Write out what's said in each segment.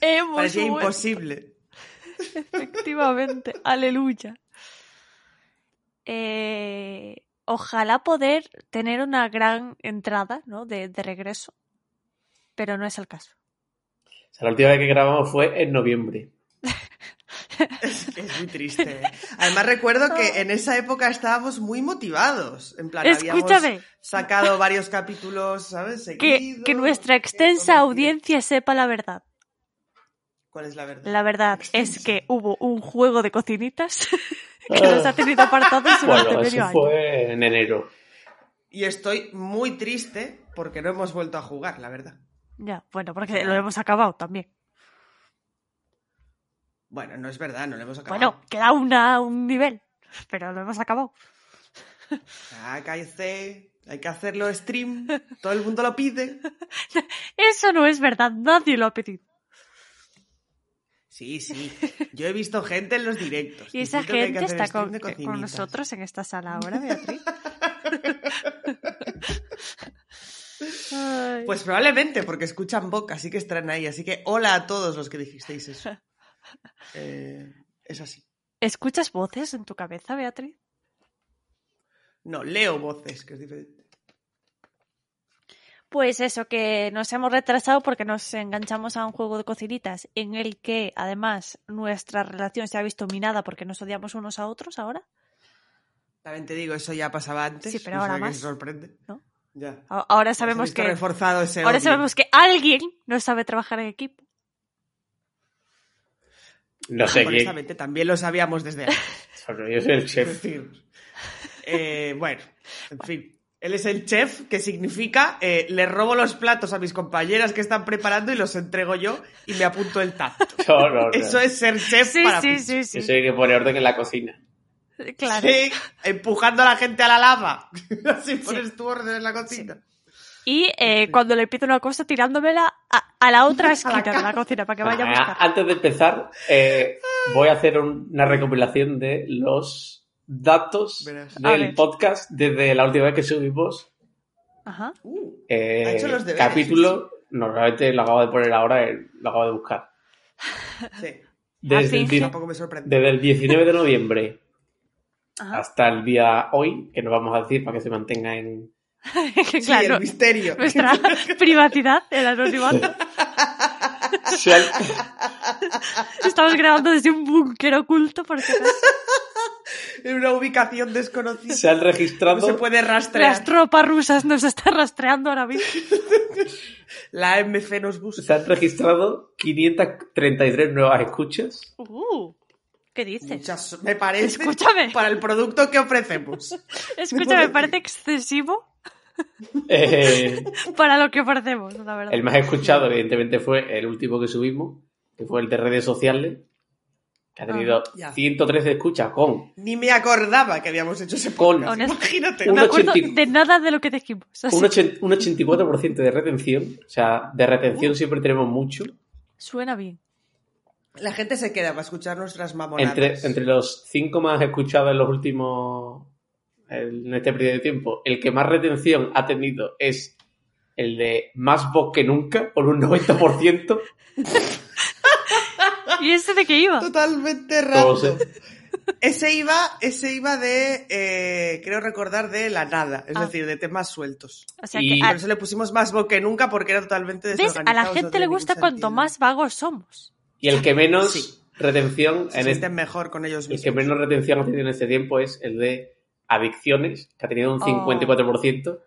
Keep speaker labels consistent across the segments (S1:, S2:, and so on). S1: Hemos
S2: Parecía
S1: vuelto.
S2: imposible.
S1: Efectivamente, aleluya. Eh, ojalá poder tener una gran entrada ¿no? de, de regreso, pero no es el caso.
S3: O sea, la última vez que grabamos fue en noviembre.
S2: Es, que es muy triste. ¿eh? Además, recuerdo que en esa época estábamos muy motivados. En plan, habíamos
S1: Escúchame,
S2: sacado varios capítulos, ¿sabes?
S1: que,
S2: Seguidos, eh,
S1: que nuestra
S2: no sé qué, todo
S1: extensa
S2: muy
S1: audiencia sepa la verdad.
S2: bien. ¿Cuál es la verdad?
S1: La verdad es que hubo un juego de cocinitas que nos ha tenido apartados durante
S3: Ah. bueno,
S1: Ah, medio
S3: eso
S1: año.
S3: fue en enero.
S2: Y estoy muy triste porque no hemos vuelto a jugar, la verdad.
S1: Ya, bueno, porque lo hemos acabado también.
S2: Bueno, no es verdad, no lo hemos acabado.
S1: Bueno, queda una, un nivel, pero lo hemos acabado.
S2: Ah, cállate. Hay que hacerlo stream. Todo el mundo lo pide.
S1: Eso no es verdad, nadie lo ha pedido.
S2: Sí, sí. Yo he visto gente en los directos.
S1: Y esa
S2: diciendo que hay que
S1: gente
S2: hacer
S1: está
S2: stream
S1: con, eh,
S2: de
S1: con
S2: cocinitas.
S1: nosotros en esta sala ahora, Beatriz. Ay.
S2: Pues probablemente, porque escuchan Vox, así que estarán ahí. Así que hola a todos los que dijisteis eso. Eh, es así.
S1: ¿Escuchas voces en tu cabeza, Beatriz?
S2: No, leo voces, que es diferente.
S1: Pues eso, que nos hemos retrasado porque nos enganchamos a un juego de cocinitas en el que además nuestra relación se ha visto minada porque nos odiamos unos a otros ahora.
S2: También te digo, eso ya pasaba antes.
S1: Sí, pero
S2: no sé
S1: ahora
S2: qué
S1: más,
S2: se sorprende.
S1: ¿no?
S2: Ya.
S1: A- Ahora
S2: Pues Se ha
S1: sabemos
S2: visto
S1: que
S2: reforzado ese
S1: ahora
S2: odio.
S1: sabemos que alguien no sabe trabajar en equipo.
S3: No
S2: Ah,
S3: sé quién.
S2: Honestamente, también lo sabíamos desde antes.
S3: Bueno, Yo soy el
S2: Es
S3: chef.
S2: decir, eh, bueno, en fin. Él es el chef, que significa eh, le robo los platos a mis compañeras que están preparando y los entrego yo y me apunto el tacto.
S3: No, no, no.
S2: Eso es ser chef
S1: Sí,
S2: para
S1: sí,
S2: Pichi.
S1: sí,
S3: Yo
S1: sí,
S3: soy el que pone orden en la cocina.
S1: Claro.
S2: Sí, empujando a la gente a la lava. Así pones tu orden en la cocina.
S1: Y eh, cuando le pido una cosa, tirándomela a, a la otra esquina de la
S2: cara.
S1: cocina para que vaya a
S3: Ah,
S1: buscar.
S3: Antes de empezar, eh, voy a hacer un- una recopilación de los datos
S2: Verás.
S1: A
S3: del
S1: ver.
S3: podcast desde la última vez que subimos.
S1: Ajá.
S2: Uh,
S3: eh,
S2: Ha hecho los deberes,
S3: capítulo, normalmente lo acabo de poner ahora, eh, lo acabo de buscar.
S2: Ah, sí,
S3: Desde el,
S1: Así,
S3: di-
S2: tampoco me sorprende.
S3: desde el 19 de noviembre
S2: Ah.
S1: Ajá.
S3: hasta el día hoy, que nos vamos a decir para que se mantenga en...
S2: Sí,
S1: claro,
S2: el misterio.
S1: nuestra privacidad, el anonimato.
S3: Se han-
S1: Estamos grabando desde un búnker oculto porque
S2: En una ubicación desconocida.
S3: se han registrado
S2: No se puede rastrear.
S1: las tropas rusas nos están rastreando ahora mismo.
S2: La MC nos busca.
S3: se han registrado 533 nuevas escuchas.
S1: Uh, ¿Qué dices?
S2: Muchas- me parece
S1: Escúchame.
S2: para el producto que ofrecemos.
S1: Escucha, me parece excesivo
S3: Eh,
S1: para lo que parecemos, la verdad.
S3: el más escuchado, evidentemente, fue el último que subimos, que fue el de redes sociales, que ha tenido
S2: Ah, Ya.
S3: 113 escuchas con
S2: Ni me acordaba que habíamos hecho ese
S3: Con-
S2: podcast.
S1: Honest-
S2: Imagínate.
S1: No me
S3: un
S1: acuerdo
S3: 80.
S1: de nada de lo que dijimos.
S2: Ah,
S1: así.
S3: un, ochen- un 84% de retención. O sea, de
S2: Uh.
S3: retención siempre tenemos mucho.
S1: Suena bien.
S2: La gente se queda para escuchar nuestras mamonadas.
S3: Entre, entre los cinco más escuchados en los últimos. En este periodo de tiempo, el que más retención ha tenido es el de Más Voz que Nunca, por un 90%.
S1: ¿Y ese de qué iba?
S2: Totalmente
S3: No
S2: raro.
S3: sé. ¿eh?
S2: Ese iba, ese iba de, eh, creo recordar, de la nada, es
S1: Ah.
S2: decir, de temas sueltos.
S1: O sea
S3: Y-
S1: que a-
S2: Por eso le pusimos más bo que nunca porque era totalmente
S1: ¿Ves?
S2: desorganizado.
S1: A la
S2: no
S1: gente
S2: tenía
S1: le
S2: ningún
S1: gusta
S2: sentido.
S1: cuanto más vagos somos.
S3: Y el que menos
S2: Sí.
S3: retención
S2: Se
S3: en este,
S2: sienten mejor con ellos
S3: el que
S2: mismos.
S3: menos retención ha tenido en este tiempo es el de adicciones, que ha tenido un
S1: Oh.
S3: 54%.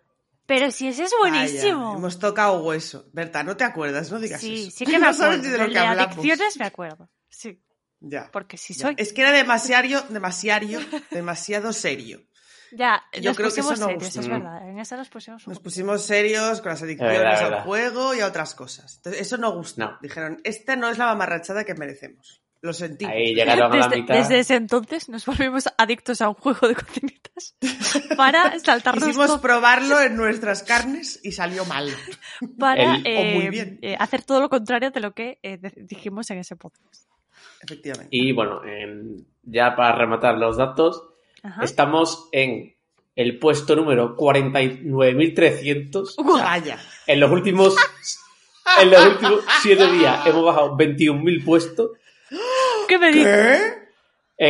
S1: Pero si ese es
S2: Vaya,
S1: buenísimo.
S2: Ah, hemos tocado hueso. Berta, no te acuerdas, no digas
S1: sí,
S2: eso.
S1: sí que me
S2: no sabes
S1: acuerdo.
S2: ni de lo
S1: Del
S2: que
S1: de
S2: hablamos.
S1: adicciones me acuerdo. Sí,
S2: Ya,
S1: porque sí
S2: ya.
S1: soy.
S2: Es que era demasiado, demasiado, demasiado serio.
S1: Ya,
S2: Yo
S1: nos
S2: creo que eso
S1: pusimos
S2: no
S1: serios,
S2: gusta.
S1: es
S3: Mm.
S1: verdad. En esa nos pusimos un
S2: Nos
S1: poco.
S2: pusimos serios con las adicciones
S3: verdad,
S2: al
S3: verdad.
S2: juego y a otras cosas. Entonces, eso no gustó.
S3: No.
S2: Dijeron, esta no es la mamarrachada que merecemos. Lo sentimos.
S3: Ahí llegaron a la
S1: desde,
S3: mitad.
S1: desde ese entonces nos volvimos adictos a un juego de cocinitas para saltarnos
S2: Quisimos
S1: todo-
S2: probarlo en nuestras carnes y salió mal.
S1: para
S3: el-
S1: eh,
S2: o muy bien.
S1: eh, hacer todo lo contrario de lo que eh, de- dijimos en ese podcast.
S2: Efectivamente.
S3: Y bueno, en- ya para rematar los datos,
S1: Ajá.
S3: estamos en el puesto número 49.300
S1: Guau.
S2: Vaya.
S3: en los últimos En los últimos siete días hemos bajado 21.000 puestos.
S1: ¿Qué me dices?
S2: ¿Qué?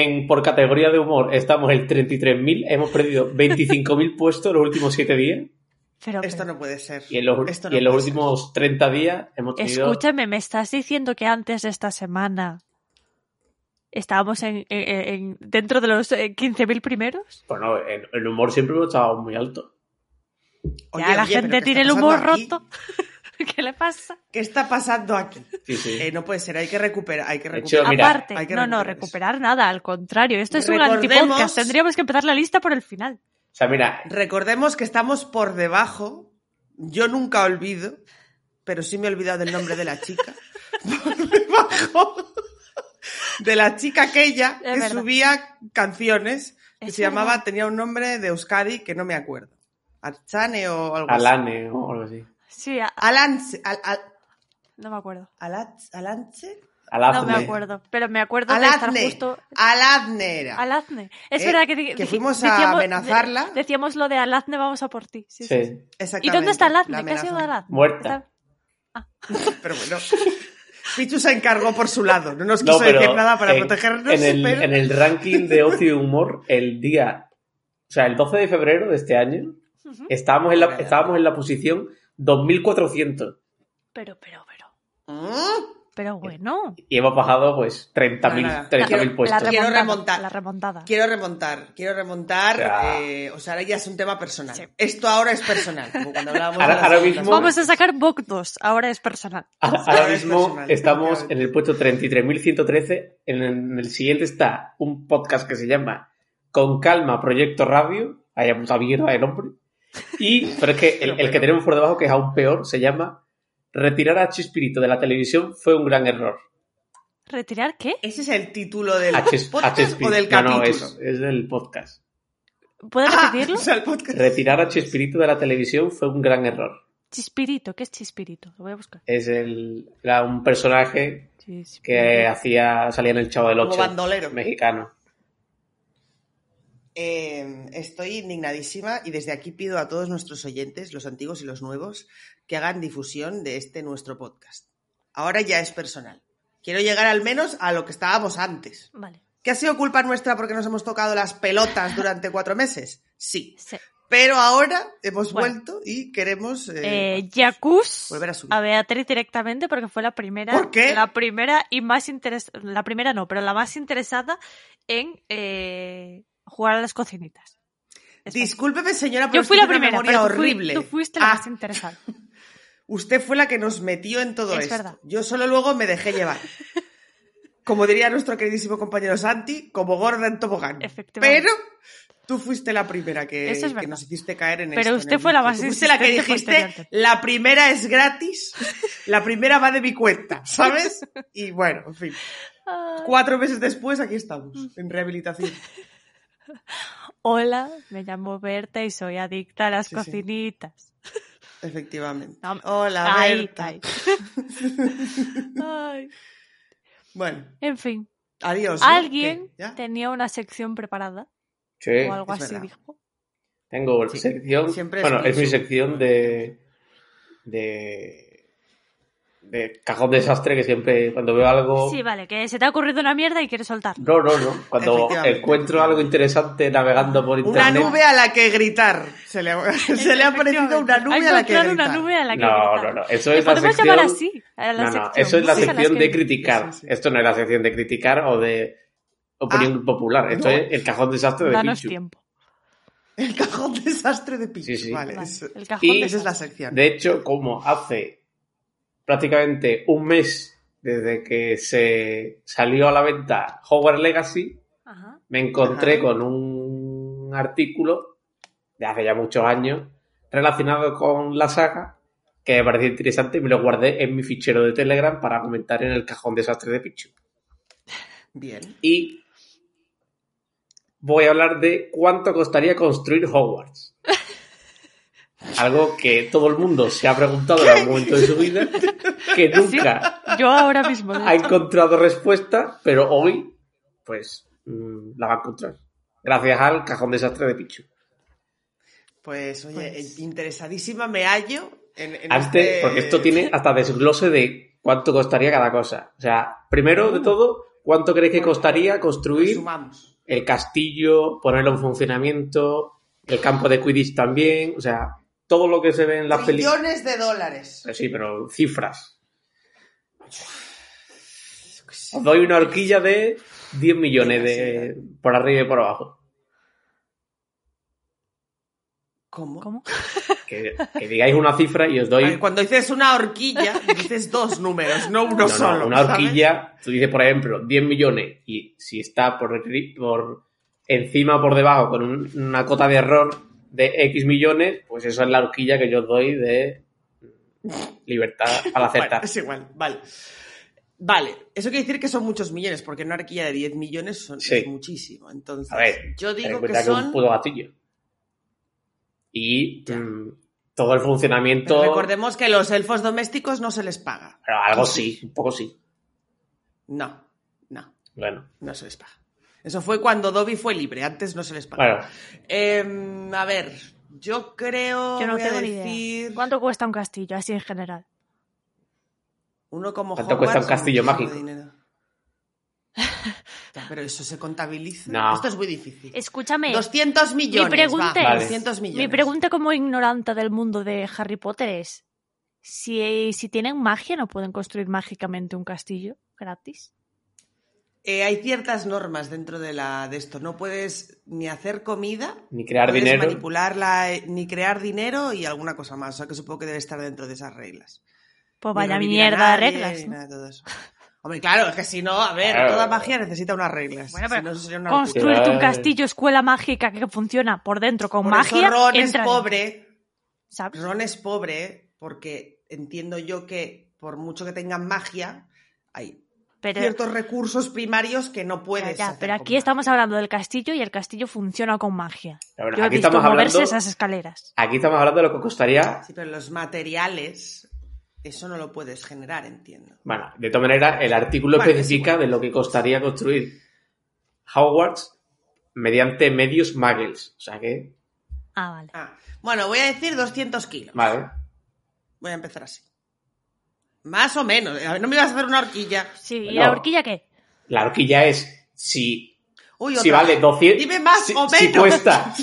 S3: En, por categoría de humor estamos el 33.000. Hemos perdido 25.000 puestos en los últimos siete días.
S1: Pero,
S2: Esto
S1: pero-
S2: no puede ser.
S3: Y en los,
S2: Esto
S3: y en
S2: no
S3: los
S2: puede ser.
S3: últimos 30 días hemos tenido...
S1: Escúchame, me estás diciendo que antes de esta semana estábamos en, en- en- dentro de los eh, 15.000 primeros.
S3: Bueno, el, el humor siempre hemos estado muy alto.
S2: Oye,
S1: ya la
S2: oye,
S1: gente
S2: ¿pero qué
S1: tiene el
S2: está
S1: humor
S2: pasando aquí?
S1: roto. ¿Qué le pasa?
S2: ¿Qué está pasando aquí?
S3: Sí, sí.
S2: Eh, no puede ser, hay que recuperar. Hay que
S3: De hecho,
S2: recuperar.
S3: mira,
S1: Aparte,
S2: hay que
S1: no, no,
S2: recuperar
S1: recuperar nada, al contrario, esto es un
S2: Recordemos-
S1: antipodcast, tendríamos que empezar la lista por el final.
S3: O sea, mira,
S2: Recordemos que estamos por debajo. Yo nunca olvido, pero sí me he olvidado del nombre de la chica. por debajo de la chica aquella
S1: Es
S2: que
S1: verdad.
S2: subía canciones que
S1: Es
S2: se
S1: verdad.
S2: llamaba, tenía un nombre de Euskadi que no me acuerdo. Archane o algo así.
S3: Alane o algo así.
S1: Sí, a-
S2: Alance. Al, al-
S1: no me acuerdo.
S2: Alaz- Alance.
S3: Alazne.
S1: No me acuerdo, pero me acuerdo de estar
S2: Aladne.
S1: justo
S2: Aladne era.
S1: Alazne. Es
S2: Eh,
S1: verdad que, di-
S2: que
S1: dij-
S2: fuimos a amenazarla.
S1: de- decíamos lo de Alazne, vamos a por ti. Sí, sí, sí.
S3: Sí,
S1: ¿Y
S2: Exactamente,
S1: dónde está
S2: la
S1: Alazne? ¿Qué ha sido de
S2: amenaza.
S1: Alazne?
S3: muerta.
S1: Está-
S2: Pero bueno, Pichu se encargó por su lado. No nos
S3: No,
S2: quiso
S3: pero
S2: decir nada para
S3: en-
S2: protegernos.
S3: En el,
S2: pero-
S3: en el ranking de ocio y humor, el día, o sea, el 12 de febrero de este año,
S1: Ujú.
S3: estábamos en la, estábamos en la posición 2400
S1: Pero, pero, pero.
S2: Mm,
S1: Pero bueno.
S3: y hemos bajado pues 30.000
S2: Nada.
S3: 30.000 puestos.
S2: la- Quiero remontar.
S1: La remontada.
S2: Quiero remontar, quiero remontar.
S3: Ya.
S2: eh, o sea, ahora ya es un tema personal.
S1: Sí.
S2: Esto ahora es personal. Como cuando hablábamos
S3: Ahora-
S2: de las
S3: ahora
S2: segundas
S3: mismo-
S2: partes.
S1: Vamos a sacar Book 2, ahora es personal.
S3: Ahora,
S2: Sí,
S3: ahora
S2: ahora es
S3: mismo
S2: personal,
S3: estamos
S2: efectivamente.
S3: en el puesto 33.113. En, en el siguiente está un podcast que se llama Con Calma Proyecto Radio. Ahí ha puta mierda el hombre. Y, pero es que el, el que tenemos por debajo, que es aún peor, se llama Retirar a Chispirito de la televisión fue un gran error.
S1: ¿Retirar qué?
S2: ¿Ese es el título del
S3: A Chis- a
S2: podcast o
S3: Chispirito.
S2: del
S3: No,
S2: capítulo?
S3: no, es, es del podcast.
S1: ¿Puedes
S2: Ah,
S1: repetirlo?
S2: o sea, el podcast.
S3: Retirar a Chispirito de la televisión fue un gran error.
S1: Chispirito, ¿qué es Chispirito? Lo voy a buscar.
S3: Es el, era un personaje que
S1: Chispirito.
S3: hacía, salía en el Chavo del
S2: Como
S3: Ocho,
S2: bandolero.
S3: mexicano.
S2: Eh, estoy indignadísima y desde aquí pido a todos nuestros oyentes, los antiguos y los nuevos, que hagan difusión de este nuestro podcast. Ahora ya es personal. Quiero llegar al menos a lo que estábamos antes.
S1: Vale.
S2: ¿Que ha sido culpa nuestra porque nos hemos tocado las pelotas durante cuatro meses? Sí.
S1: Sí.
S2: Pero ahora hemos
S1: Bueno.
S2: vuelto y queremos... eh,
S1: Eh, Yacuz
S2: volver a subir.
S1: a Beatriz directamente porque fue la primera
S2: ¿Por qué?
S1: la primera y más interes la primera no pero la más interesada en eh, jugar a las cocinitas Es
S2: Discúlpeme, señora,
S1: fácil.
S2: pero
S1: yo fui
S2: usted
S1: la
S2: tiene
S1: primera
S2: una memoria
S1: pero tú fui-
S2: horrible.
S1: tú, fuiste la
S2: Ah,
S1: más interesada
S2: Usted fue la que nos metió en todo
S1: Es
S2: esto.
S1: verdad.
S2: Yo solo luego me dejé llevar. Como diría nuestro queridísimo compañero Santi, como gorda en tobogán.
S1: Efectivamente.
S2: Pero tú fuiste la primera que,
S1: Eso es
S2: que
S1: verdad.
S2: nos hiciste caer en
S1: Pero
S2: esto, en
S1: usted
S2: el
S1: fue la
S2: vicio.
S1: más
S2: Tú Fuiste la que
S1: insistente
S2: dijiste,
S1: posteriormente.
S2: la primera es gratis, la primera va de mi cuenta, ¿sabes? Y bueno, en fin.
S1: Ah,
S2: Cuatro meses después aquí estamos, en rehabilitación.
S1: hola me llamo Berta y soy adicta a las
S2: Sí, sí.
S1: cocinitas
S2: Efectivamente.
S1: No,
S2: Hola,
S1: ahí,
S2: Berta.
S1: ahí. Ay,
S2: Bueno,
S1: en fin
S2: adiós. Pues ¿no?
S1: alguien
S2: ¿Qué? ¿Ya?
S1: tenía una sección preparada
S3: Sí.
S1: o algo
S2: es
S1: así
S2: verdad.
S1: dijo
S3: Tengo
S2: Sí,
S3: sección.
S2: siempre es
S3: bueno, es, mi
S2: Pichu.
S3: sección de. de. de cajón desastre que siempre cuando veo
S2: Oh.
S3: algo.
S1: sí vale que se te ha ocurrido una mierda y quieres soltar
S3: No, no, no. Cuando
S2: Efectivamente,
S3: encuentro algo interesante navegando por
S2: Una
S3: internet.
S2: nube a la que gritar. Se le, ha- se le ha parecido una
S1: Hay
S2: nube a la que
S1: encontrar
S2: gritar.
S1: una nube a la que
S3: No,
S1: gritar.
S3: no, no. Eso
S1: Le
S3: es la
S1: podemos
S3: sección.
S1: llamar así. a la
S3: no, no.
S1: sección,
S3: Eso es la
S1: muchas a las
S3: sección
S1: que-
S3: de criticar.
S2: Sí, sí, sí.
S3: Esto no es la sección de criticar o de opinión popular. Esto
S2: no.
S3: es el cajón desastre de
S1: Danos
S3: Pichu.
S1: tiempo.
S2: El cajón desastre de Pichu.
S3: Sí, sí.
S2: Vale,
S1: Vale,
S2: es-
S1: el cajón
S3: y-
S1: de
S2: esa es la
S1: Sara.
S2: sección.
S3: De hecho, como hace prácticamente un mes desde que se salió a la venta Hogwarts Legacy,
S1: Ajá.
S3: me encontré
S2: Ajá.
S3: con un artículo de hace ya muchos años relacionado con la saga que me pareció interesante y me lo guardé en mi fichero de Telegram para comentar en el cajón desastre de Pichu.
S2: Bien.
S3: Y voy a hablar de cuánto costaría construir Hogwarts. Algo que todo el mundo se ha preguntado en algún momento de su vida, que nunca
S1: Yo ahora mismo. de
S3: ha
S1: hecho.
S3: encontrado respuesta, pero hoy, pues, mm, la va a encontrar. Gracias al cajón desastre de Pichu.
S2: Pues, oye,
S1: Pues-
S2: eh, interesadísima me hallo En- en
S3: Antes,
S2: este-
S3: porque esto tiene hasta desglose de cuánto costaría cada cosa. O sea, primero de todo, ¿cuánto crees que costaría
S2: Pues
S3: construir
S2: Sumamos.
S3: el castillo, ponerlo en funcionamiento, el campo de Quidditch también? O sea, todo lo que se ve en las películas.
S2: Millones de dólares.
S3: Sí, pero cifras. Os doy una horquilla de 10 millones de por arriba y por abajo.
S2: ¿Cómo?
S1: ¿Cómo?
S3: Que, que digáis una cifra y os doy
S2: A ver, cuando dices una horquilla, dices dos números, no uno
S3: No, no,
S2: solo.
S3: una
S2: ¿sabes?
S3: horquilla, tú dices, por ejemplo, 10 millones y si está por, ri- por encima o por debajo con un- una cota de error de X millones, pues esa es la horquilla que yo os doy de libertad al aceptar.
S2: Bueno, es igual, vale. Vale, eso quiere decir que son muchos millones, porque una horquilla de 10 millones son,
S3: Sí.
S2: es muchísimo. Entonces,
S3: A ver,
S2: yo
S3: Ten en
S2: digo
S3: Eh, cuenta
S2: que
S3: que es un
S2: son.
S3: puto gatillo. Y mm, todo el funcionamiento...
S2: pero recordemos que los elfos domésticos no se les paga.
S3: Pero algo sí, un poco sí.
S2: No, no,
S3: Bueno,
S2: no se les paga. Eso fue cuando Dobby fue libre, antes no se les pagaba.
S3: bueno
S2: Em, a ver, yo creo.
S1: Yo no
S2: voy a
S1: tengo ni
S2: decir
S1: idea. ¿Cuánto cuesta un castillo así en general?
S2: Uno como
S3: ¿Cuánto cuesta
S2: Hogwarts,
S3: un castillo
S2: muchísimo
S3: mágico?
S2: dinero. Ya, pero eso se contabiliza.
S3: No.
S2: Esto es muy difícil.
S1: Escúchame.
S2: 200 millones.
S1: Mi pregunta
S2: va,
S3: es-
S2: 200 millones.
S1: Mi pregunta como ignorante del mundo de Harry Potter es, si, si tienen magia, ¿no pueden construir mágicamente un castillo gratis?
S2: Eh, hay ciertas normas dentro de, la, de esto. No puedes ni hacer comida,
S3: ni crear
S2: puedes
S3: dinero.
S2: manipularla, eh, ni crear dinero y alguna cosa más. O sea que supongo que debe estar dentro de esas reglas.
S1: Pues
S2: Ni
S1: vaya
S2: revivir a
S1: mierda de
S2: nadie,
S1: reglas.
S2: ni
S1: ¿no?
S2: nada de todo eso. Hombre, claro, es que si no, a ver,
S3: Claro.
S2: toda magia necesita unas reglas.
S1: Bueno,
S2: Si
S1: pero
S2: no, sería una locura.
S1: Construirte un
S3: Ay.
S1: castillo, escuela mágica que funciona por dentro con
S2: Por
S1: magia.
S2: eso Ron es
S1: entra en-
S2: pobre,
S1: ¿sabes?
S2: Ron es pobre porque entiendo yo que por mucho que tengan magia, hay
S1: Pero,
S2: ciertos recursos primarios que no
S1: ya,
S2: puedes.
S1: ya,
S2: hacer
S1: pero
S2: con
S1: aquí
S2: magia.
S1: estamos hablando del castillo y el castillo funciona con magia.
S3: Pero bueno,
S1: Yo he
S3: aquí
S1: visto
S3: estamos
S1: moverse
S3: hablando...
S1: esas escaleras.
S3: Aquí estamos hablando de lo que costaría
S2: Sí, pero los materiales, eso no lo puedes generar, entiendo.
S3: Bueno, de todas maneras, el artículo
S2: Bueno,
S3: especifica
S2: es
S3: de
S2: igual.
S3: lo que costaría construir Hogwarts mediante medios muggles. O sea que,
S1: Ah, vale.
S2: Ah, bueno, voy a decir 200 kilos.
S3: vale.
S2: Voy a empezar así. Más o menos. A ver, no me ibas a hacer una horquilla.
S1: Sí, ¿y
S3: Bueno.
S1: la horquilla qué?
S3: La horquilla es si,
S2: Uy,
S3: si
S2: otra.
S3: vale 200...
S2: Dime más
S3: si,
S2: o
S3: si
S2: menos.
S3: cuesta...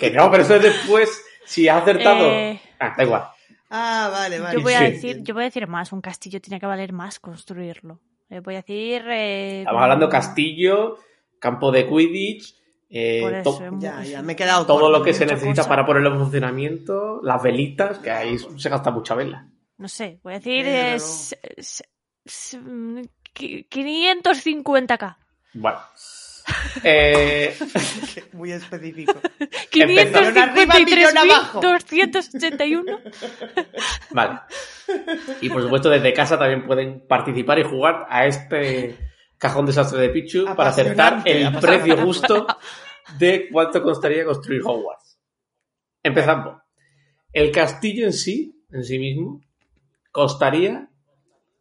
S3: que no, pero eso es después. Si has acertado...
S1: Eh,
S3: Ah, da igual.
S2: Ah, vale, vale.
S1: Yo voy a
S3: Sí.
S1: decir, yo voy a decir más, un castillo tiene que valer más construirlo. Eh, voy a decir eh,
S3: Estamos hablando
S1: mm,
S3: castillo, campo de Quidditch... eh,
S1: Por
S3: to-
S1: eso, es
S2: Ya,
S1: muy-
S2: ya, me he quedado
S3: todo
S2: corta.
S3: lo que se
S1: mucha
S3: necesita
S1: cosa.
S3: para ponerlo en funcionamiento, las velitas, que ahí se gasta mucha vela.
S1: No sé, voy a decir
S2: Sí, desde
S1: eh,
S2: luego.
S1: s- s- s- mm, qui- 550k.
S3: Bueno. Eh,
S2: Muy específico. Millón arriba, millón abajo.
S1: 553.281.
S3: Vale. Y por supuesto, desde casa también pueden participar y jugar a este cajón desastre de Pichu para aceptar
S2: Apasionante,
S3: el
S2: apasionante.
S3: precio justo de cuánto costaría construir Hogwarts. Empezamos. El castillo en sí, en sí mismo, costaría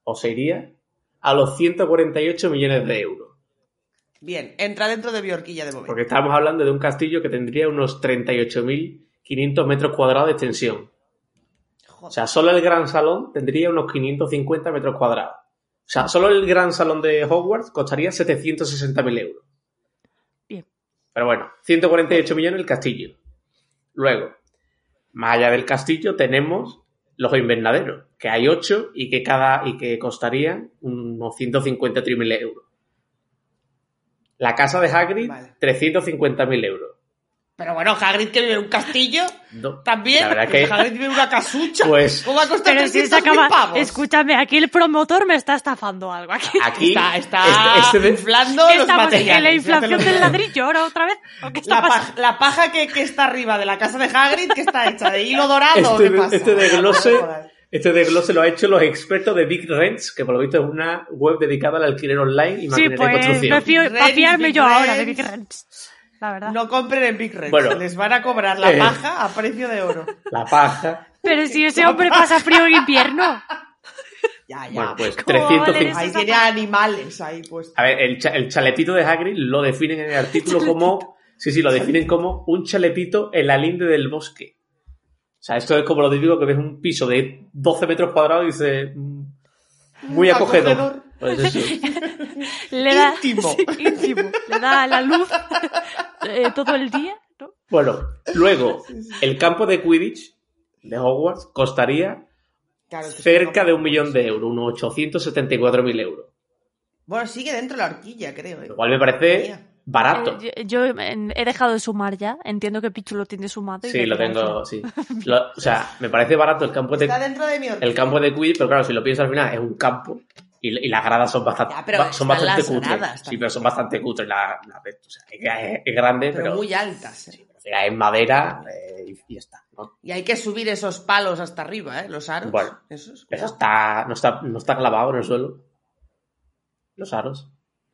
S3: o se iría a los 148 millones de euros.
S2: Bien, entra dentro de mi horquilla de momento.
S3: Porque estábamos hablando de un castillo que tendría unos 38.500 metros cuadrados de extensión.
S2: Joder.
S3: O sea, solo el gran salón tendría unos 550 metros cuadrados. O sea, solo el gran salón de Hogwarts costaría 760.000 euros.
S1: Bien.
S3: Pero bueno, 148 millones el castillo. Luego, más allá del castillo tenemos los invernaderos, que hay 8 y que cada y que costarían unos 153.000 euros. La casa de Hagrid,
S2: Vale.
S3: 350.000 euros.
S2: Pero bueno, Hagrid que vive en un castillo
S3: No,
S2: también.
S3: La verdad que-
S2: Hagrid vive en una casucha.
S3: Pues
S2: ¿Cómo va a costar
S1: Pero si
S2: 300.000
S1: se acaba.
S2: pavos?
S1: Escúchame, aquí el promotor me está estafando algo. Aquí
S3: aquí
S2: Está, está
S3: este- este de-
S2: inflando los
S1: estamos
S2: materiales.
S1: en la
S2: ya te lo
S1: inflación
S2: digo.
S1: del ladrillo ahora otra vez. ¿O qué está
S2: La,
S1: pasando?
S2: paja, la paja que, que está arriba de la casa de Hagrid, que está hecha de hilo dorado.
S3: Este
S2: ¿qué
S3: de-
S2: pasa?
S3: este desglose-
S2: No jodas.
S3: Este desglose lo ha hecho los expertos de Big Rents, que por lo visto es una web dedicada al alquiler online y
S1: Sí,
S3: maquinaria de
S1: pues me
S3: construcción.
S1: fío,
S2: Rents,
S1: pa' fiarme
S2: Big
S1: yo ahora de
S2: Rents.
S1: Big Rents. La verdad.
S2: No compren en Big Red.
S3: Bueno.
S2: Les van a cobrar la
S3: Eh.
S2: paja a precio de oro.
S3: La paja.
S1: Pero si ese hombre pasa frío en invierno.
S2: Ya, ya.
S3: Bueno, pues
S1: ¿Cómo va a valer eso?
S3: 350.
S2: ahí tiene animales ahí pues.
S3: A ver, el, cha- el chaletito de Hagrid lo definen en el artículo como. Sí, sí, lo definen como un chaletito en la linde del bosque. O sea, esto es como lo típico que ves un piso de 12 metros cuadrados y dices, mm, muy
S1: Ah,
S3: acogedor. Pues eso.
S1: Le da,
S2: Íntimo.
S1: sí, íntimo. Le da la luz eh, todo el día, ¿no?
S3: Bueno, luego, el campo de Quidditch de Hogwarts costaría
S2: Claro, es que
S3: cerca
S2: no-
S3: de un millón de euros, unos 874.000 euros.
S2: pues. Bueno, sigue dentro la horquilla, creo. ¿eh?
S3: Lo cual me parece barato.
S1: Eh, yo, yo me- he dejado de sumar ya. Entiendo que Pichu lo tiene sumado. y
S3: Sí,
S1: ya
S3: lo
S1: queda
S3: tengo,
S1: eso.
S3: sí. Lo- o sea, me parece barato el campo de
S2: Está dentro de mi horquilla.
S3: el campo de Quidditch, pero claro, si lo piensas al final, es un campo y, y las gradas son bastante,
S2: Ya, pero
S3: ba- son
S2: están
S3: bastante
S2: las
S3: cutres.
S2: gradas
S3: sí,
S2: también.
S3: pero son bastante cutres. la- la- o sea, es, es grande,
S2: pero,
S3: pero,
S2: muy altas. ¿eh?
S3: o sea, es madera eh, y, y ya está. ¿no?
S2: Y hay que subir esos palos hasta arriba, ¿eh? Los aros.
S3: Bueno.
S2: Esos.
S3: Eso está, no, está, no está clavado en el suelo. Los aros.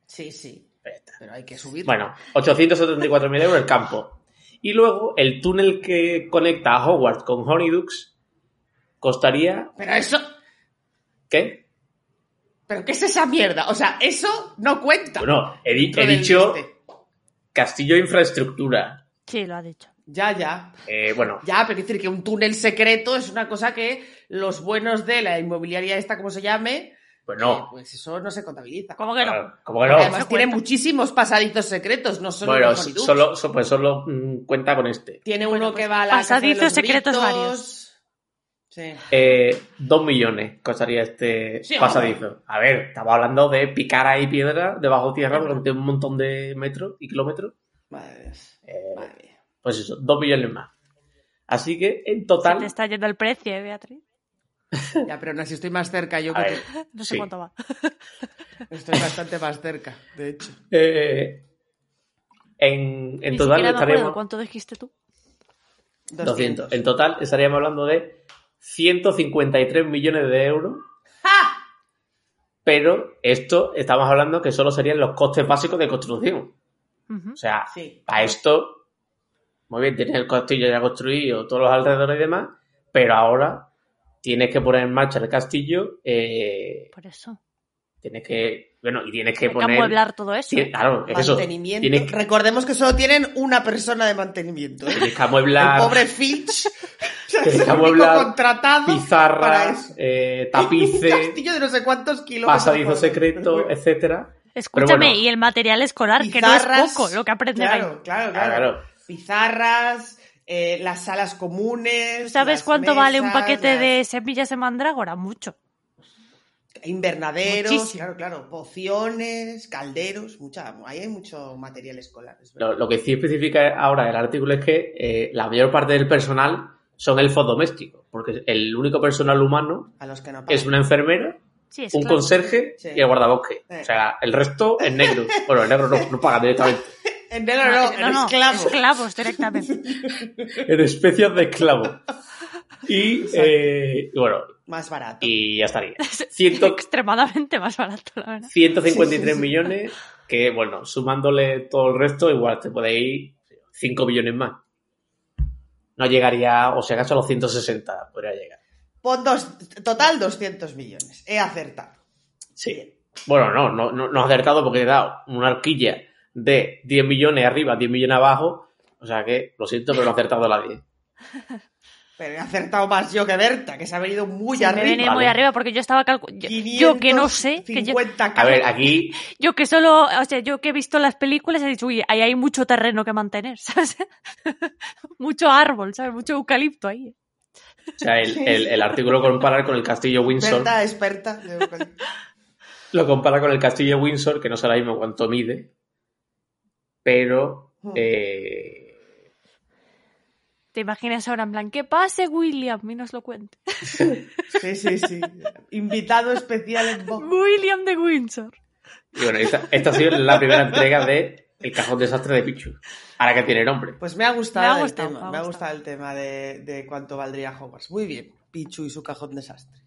S2: Sí, sí.
S3: Pero ya está.
S2: Pero hay que subir.
S3: Bueno, 874.000 euros el campo. Y luego el túnel que conecta a Hogwarts con Honeydukes costaría...
S2: Pero eso.
S3: ¿Qué?
S2: ¿Pero qué es esa mierda? O sea, eso no cuenta.
S3: Bueno, he, di-
S2: Dentro
S3: he
S2: del
S3: dicho
S2: límite.
S3: castillo de infraestructura.
S1: Sí, lo ha dicho.
S2: Ya, ya.
S3: Eh, bueno,
S2: Ya, pero decir que un túnel secreto es una cosa que los buenos de la inmobiliaria esta, como se llame,
S3: pues
S2: eh,
S3: no.
S2: pues eso no se contabiliza.
S1: ¿Cómo que no?
S3: Ah, ¿Cómo que no?
S2: Además,
S1: Eso
S2: tiene
S1: cuenta.
S2: muchísimos pasaditos secretos, no solo
S3: bueno,
S2: los
S3: s-
S2: Honeydukes.
S3: solo, so- pues solo mm, cuenta con este.
S2: Tiene
S1: Bueno,
S2: uno
S1: pues,
S2: que va a la casa de
S1: pasadizos
S2: los
S1: secretos
S2: gritos.
S1: varios.
S2: Sí.
S3: Eh, dos millones costaría este
S2: Sí,
S3: pasadizo. A ver, estamos hablando de picar ahí piedra debajo tierra
S1: Bueno.
S3: durante un montón de metros y kilómetros.
S2: Madre mía.
S3: Eh,
S2: Madre mía.
S3: pues eso, dos millones más. Así que en
S1: Se te
S3: total,
S1: está yendo el precio, eh, Beatriz.
S2: Ya, pero no, si estoy más cerca, yo
S3: a
S2: que
S3: ver,
S1: No sé
S3: Sí.
S1: cuánto va.
S2: tú. estoy bastante más cerca, de hecho.
S3: eh, en, en
S1: Ni siquiera
S3: total
S1: me acuerdo
S3: estaríamos
S1: cuánto dijiste tú.
S3: 200. En total estaríamos hablando de 153 millones de euros
S2: ¡Ja!
S3: Pero esto estamos hablando que solo serían los costes básicos de construcción.
S1: Ujú.
S3: O sea,
S2: Sí.
S3: para esto, muy bien, tienes el castillo ya construido, todos los alrededores y demás, pero ahora tienes que poner en marcha el castillo, eh,
S1: Por eso.
S3: tienes que, bueno, y tienes que
S1: Hay que
S3: poner...
S1: amueblar todo eso. eh.
S3: ti- Claro, es eso.
S2: Mantenimiento.
S3: Tienes que,
S2: Recordemos que solo tienen una persona de mantenimiento. ¿eh?
S3: tienes que
S2: El
S3: amueblar
S2: pobre Filch.
S3: que
S2: es el único
S3: amueblar
S2: contratado para eso.
S3: pizarras, eh,
S2: Un
S3: tapices,
S2: castillo de no sé cuántos kilómetros.
S3: pasadizos
S2: cuadrados.
S3: secretos, etcétera.
S1: Escúchame,
S3: bueno.
S1: y el material escolar, que no
S2: Pizarras,
S1: es poco lo que aprenden ahí.
S2: Claro, claro,
S3: Ah,
S2: claro.
S3: claro.
S2: Pizarras, eh, las salas comunes.
S1: ¿Tú sabes
S2: las
S1: cuánto vale un
S2: mesas,
S1: paquete
S2: las-
S1: de semillas de mandrágora? Mucho.
S2: Invernaderos,
S1: Muchísimo.
S2: claro, claro, pociones, calderos, mucha, ahí hay mucho material escolar. es verdad.
S3: Lo, lo que sí especifica ahora el artículo es que eh, la mayor parte del personal son elfos domésticos, porque el único personal humano
S2: A los que no pagan.
S3: es una enfermera,
S1: Sí, es
S3: un
S1: claro.
S3: conserje
S2: Sí.
S3: y el guardabosque.
S2: Sí.
S3: O sea, el resto es negro. Bueno, el negro no, no paga directamente.
S2: En negro no,
S1: No,
S2: en
S1: no,
S2: esclavo.
S1: esclavos directamente.
S3: En especias de esclavo. Y,
S2: Exacto.
S3: eh, y bueno,
S2: Más barato.
S3: y ya estaría.
S1: Es
S3: Ciento-
S1: extremadamente más barato, la verdad.
S3: 153
S2: Sí, sí, sí.
S3: millones, que bueno, sumándole todo el resto, igual te podéis 5 millones más. No llegaría, o si acaso a los 160 podría llegar.
S2: Pon dos- total 200 millones. He acertado.
S3: Sí. Bueno, no, no, no, no has acertado porque te he dado una horquilla de 10 millones arriba, 10 millones abajo. O sea que, lo siento, pero no he acertado la 10.
S2: Pero he acertado más yo que Berta, que se ha venido muy
S1: Se me
S2: arriba.
S1: viene
S3: Vale.
S1: muy arriba porque yo estaba calculando. Yo que no sé, que yo,
S2: 550K.
S3: A ver, aquí,
S1: yo que solo, o sea, yo que he visto las películas he dicho, uy, ahí hay mucho terreno que mantener, ¿sabes? mucho árbol, ¿sabes? Mucho eucalipto ahí.
S3: o sea, el, el- el artículo comparar con el castillo Windsor,
S2: Berta, experta. de-
S3: lo compara con el castillo Windsor, que no sé ahora mismo cuánto mide, pero
S2: Mm.
S3: eh,
S1: ¿Te imaginas ahora en plan, que pase William? Y nos lo cuente.
S2: Sí, sí, sí. Invitado especial en Vox.
S1: William de Windsor.
S3: Y bueno, esta, esta ha sido la primera entrega de El Cajón Desastre de Pichu. Ahora que tiene nombre.
S2: Pues me ha gustado,
S1: Me ha
S2: el
S1: gustado,
S2: tema,
S1: me ha
S2: me ha
S1: gustado.
S2: gustado el tema de, de cuánto valdría Hogwarts. Muy bien, Pichu y su cajón desastre.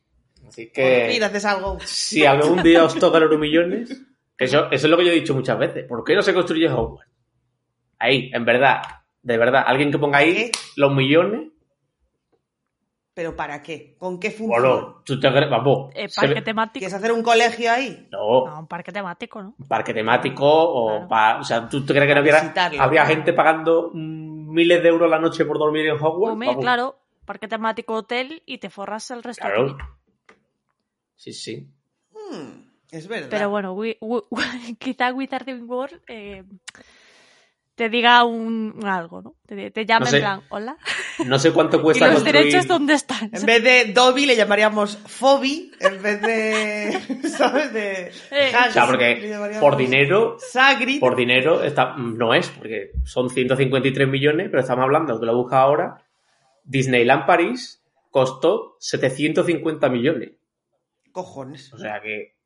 S3: Así
S2: Por
S1: Pues
S2: fin
S3: que
S2: haces algo.
S3: si algún día os tocan los millones, eso, eso es lo que yo he dicho muchas veces. ¿Por qué no se construye Hogwarts? Ahí, en verdad, de verdad, alguien que ponga ahí los millones,
S2: ¿Pero para qué? ¿Con qué función?
S3: bueno, tú te crees- vamos.
S1: Eh,
S3: se
S1: parque
S3: ve-
S1: temático.
S2: ¿Quieres hacer un colegio ahí?
S1: No,
S3: no,
S1: un parque temático, ¿no?
S3: parque temático o
S1: Claro.
S3: pa- o sea, tú te crees que no hubiera,
S2: Visitarlo.
S3: había gente pagando mm, miles de euros la noche por dormir en Hogwarts.
S1: Comer,
S3: Vamos.
S1: claro. Parque temático hotel y te forras el resto. del
S3: Claro.
S1: día.
S3: Sí, sí.
S2: Hmm, es verdad.
S1: Pero bueno, wi- wi- wi- quizá Wizarding World eh, te diga un, un algo, ¿no? Te, te llame
S3: No sé. Pues
S1: en plan, hola.
S3: No sé cuánto
S1: ¿Y
S3: cuesta
S1: los
S3: construir.
S1: derechos dónde están?
S2: En vez de Dobby le llamaríamos Fobi, en vez de. ¿Sabes? De.
S1: Eh.
S3: O
S2: Haggis,
S3: sea,
S2: le
S3: porque
S2: llamaríamos
S3: por dinero,
S2: Sagrid.
S3: por dinero está, no es, porque son 153 millones, pero estamos hablando, que lo busca ahora, Disneyland París costó 750 millones.
S2: Cojones.
S3: O sea que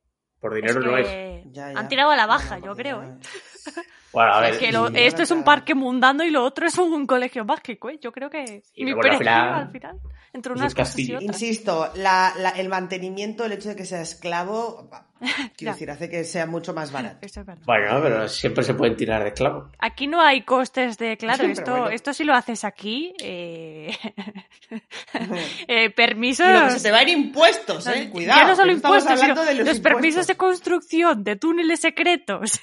S3: por dinero no es.
S1: que
S2: Ya, ya.
S1: Han tirado a la baja,
S2: Ya,
S1: yo
S2: porque
S1: creo.
S2: ya-
S1: ¿eh?
S3: Bueno, a ver,
S1: Que lo-
S3: mm,
S1: esto es un
S2: claro.
S1: parque mundano y lo otro es un, colegio mágico, ¿eh? Yo creo que
S3: Y
S1: mi
S3: luego al
S1: precio
S3: final-
S1: al final, entre
S3: un
S1: unas cosas y
S3: castillo.
S1: otras.
S2: Insisto, la- la- el mantenimiento, el hecho de que sea esclavo, pa-
S1: Ya.
S2: quiero decir, hace que sea mucho más barato.
S1: Eso es verdad.
S3: bueno, pero siempre se pueden tirar de esclavos.
S1: Aquí no hay costes de, claro,
S2: Pero
S1: esto,
S2: bueno.
S1: esto si lo haces aquí, eh,
S2: y
S1: eh, permisos.
S2: lo que se te va en impuestos,
S1: No,
S2: eh. Cuidado.
S1: ya no solo
S2: que estamos
S1: impuestos, sino
S2: hablando de
S1: los,
S2: los,
S1: permisos de
S2: impuestos.
S1: construcción, de túneles secretos.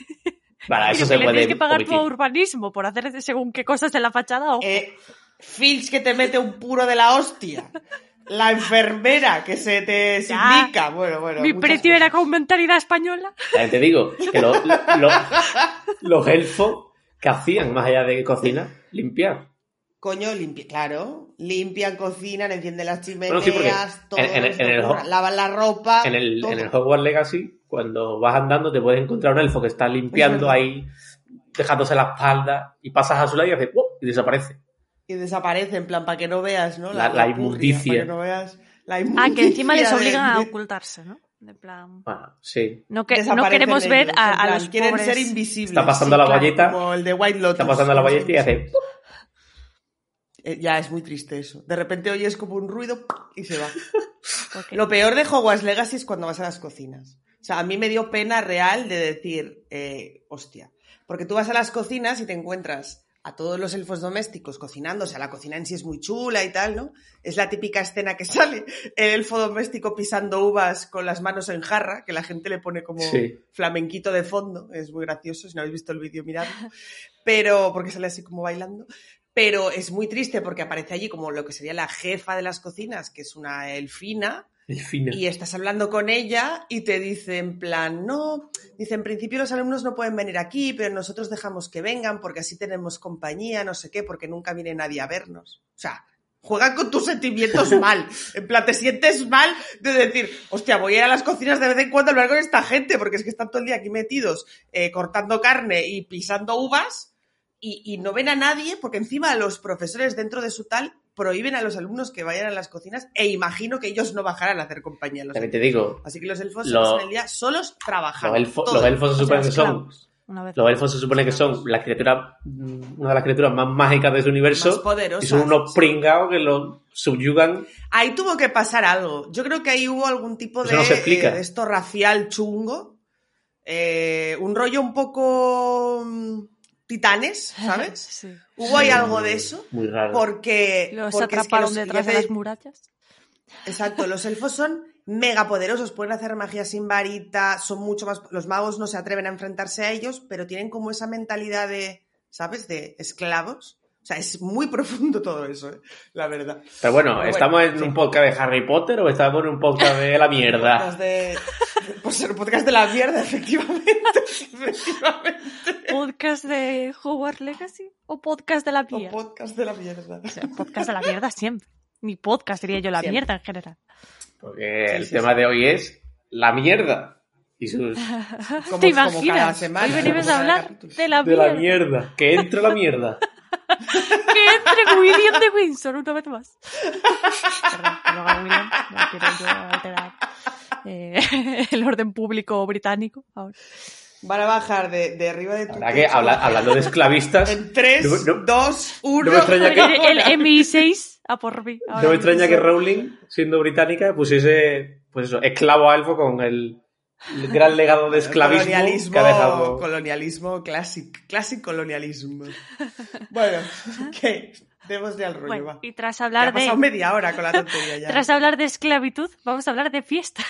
S3: Para
S1: y
S3: Ah, eso
S1: lo
S3: se
S1: que le
S3: puede
S1: tienes que pagar por
S3: omitir.
S1: urbanismo por hacer según qué cosas de la fachada. ojo.
S2: Eh, Filch que te mete un puro de la hostia. La enfermera que se te
S1: Ya.
S2: sindica. Bueno, bueno.
S1: Mi
S2: muchas
S1: precio era
S2: cosas.
S1: con mentalidad española.
S3: También te digo que lo- lo- los elfos que hacían más allá de cocina, limpiar.
S2: Coño, limpia, claro. Limpian, cocinan, encienden las
S3: Bueno, sí, porque
S2: chimeneas, todo.
S3: en- en-
S2: lo que se
S3: en
S2: te
S3: el
S2: ocurra.
S3: ho-
S2: Lavan la ropa.
S3: En el,
S2: todo.
S3: en el Hogwarts Legacy, cuando vas andando, te puedes encontrar un elfo que está limpiando
S2: verdad.
S3: ahí, dejándose la espalda, y pasas a su lado y hace ¡wow! y desaparece.
S2: Y desaparece, en plan, para que no veas, ¿no?
S3: La- la
S2: purria,
S3: inmundicia.
S2: Para que no veas la
S1: Ah,
S2: inmundicia.
S1: que encima les
S2: de-
S1: obligan a
S2: de-
S1: ocultarse, ¿no? De plan.
S3: Bueno, sí.
S1: No, que, no
S2: desaparecen
S1: queremos ver
S2: ellos,
S1: a,
S2: en
S1: a
S2: plan,
S1: los
S2: quieren
S1: pobres.
S2: ser invisibles.
S3: Está pasando
S2: sí,
S3: la
S2: claro,
S3: valleta.
S2: Como el de White Lotus.
S3: Está pasando la
S2: quieren ser
S3: valleta y hace ¡pum!
S2: Eh, Ya, es muy triste eso. De repente oyes como un ruido y se va.
S1: Porque-
S2: Lo peor de Hogwarts Legacy es cuando vas a las cocinas. O sea, a mí me dio pena real de decir, eh, hostia. Porque tú vas a las cocinas y te encuentras a todos los elfos domésticos cocinando. O sea, la cocina en sí es muy chula y tal, ¿no? Es la típica escena que sale. El elfo doméstico pisando uvas con las manos en jarra, que la gente le pone como
S3: Sí.
S2: flamenquito de fondo. Es muy gracioso. Si no habéis visto el vídeo, mirad. Pero, porque sale así como bailando pero es muy triste porque aparece allí como lo que sería la jefa de las cocinas, que es una elfina,
S3: El final.
S2: y estás hablando con ella y te dice en plan, no, dice, en principio los alumnos no pueden venir aquí, pero nosotros dejamos que vengan porque así tenemos compañía, no sé qué, porque nunca viene nadie a vernos. O sea, juegan con tus sentimientos mal. En plan, te sientes mal de decir, hostia, voy a ir a las cocinas de vez en cuando a hablar con esta gente, porque es que están todo el día aquí metidos eh, cortando carne y pisando uvas y, y no ven a nadie, porque encima los profesores dentro de su tal prohíben a los alumnos que vayan a las cocinas e imagino que ellos no bajarán a hacer compañía. a los
S3: También
S2: elfos.
S3: te digo,
S2: Así que los elfos
S3: Lo-
S2: se pasan el día solos
S3: los
S2: trabajando.
S3: elfos,
S2: todo.
S3: los elfos
S1: O
S3: se
S1: sea,
S3: supone que son.
S1: esclavos, una vez.
S3: Los elfos se supone que son las criaturas, mm, una de las criaturas más mágicas de su universo.
S2: Más poderosas,
S3: Y son unos
S2: sí.
S3: pringados que los subyugan.
S2: Ahí tuvo que pasar algo. Yo creo que ahí hubo algún tipo
S3: Eso
S2: de,
S3: no se explica.
S2: eh, de esto racial chungo. Eh, un rollo un poco mm, titanes, ¿sabes?
S1: Sí.
S2: Hubo ahí
S3: Muy-
S2: algo de eso.
S3: Muy raro.
S2: Porque
S1: Los
S2: porque es que
S1: atraparon
S2: los-
S1: detrás
S2: ya
S1: de
S2: te-
S1: las murallas.
S2: Exacto, los elfos son mega poderosos, pueden hacer magia sin varita, son mucho más. Los magos no se atreven a enfrentarse a ellos, pero tienen como esa mentalidad de, ¿sabes? De esclavos. O sea, es muy profundo todo eso, ¿eh? la verdad.
S3: Pero bueno,
S2: Pero
S3: ¿estamos
S2: bueno,
S3: en
S2: sí.
S3: un podcast de Harry Potter o estamos en un podcast de la mierda?
S2: Podcast de- Pues el podcast de la mierda, efectivamente. efectivamente.
S1: ¿Podcast de Hogwarts Legacy o podcast de la
S2: O
S1: mierda?
S2: podcast de la mierda.
S1: O sea, podcast de la mierda siempre. Mi podcast sería yo la
S2: Siempre.
S1: mierda en general.
S3: Porque
S2: Sí,
S3: el
S2: sí,
S3: tema
S2: sí.
S3: de hoy es la mierda. Y sus...
S1: ¿Te
S2: Como- como cada
S1: imaginas?
S2: semana,
S1: Hoy venimos
S2: como
S1: a
S2: cada
S1: hablar
S2: capítulo.
S1: de la
S3: De
S1: mierda.
S3: la mierda. Que entra la mierda.
S1: Que entre William de Windsor una vez más. Perdón, que lo haga William. No quiero yo alterar eh, el orden público británico. Ahora.
S2: Van a bajar de, de arriba de
S3: La
S2: tu
S3: verdad que
S2: techo,
S3: habla- hablando de esclavistas,
S2: En 3,
S3: No- no-
S2: 2, 1.
S3: no me extraña que-
S1: El, el MI6 a por mí. ahora
S3: no me
S1: mismo.
S3: extraña que Rowling, siendo británica, pusiese pues eso, esclavo a elfo con el, el gran legado de esclavismo
S2: colonialismo,
S3: que ha dejado.
S2: colonialismo classic, classic colonialismo. Bueno, que démosle al rollo,
S1: Bueno,
S2: va.
S1: y tras
S2: Que ha
S1: hablar
S2: pasado
S1: de
S2: media hora con la tontería ya.
S1: tras hablar de esclavitud, vamos a hablar de fiesta.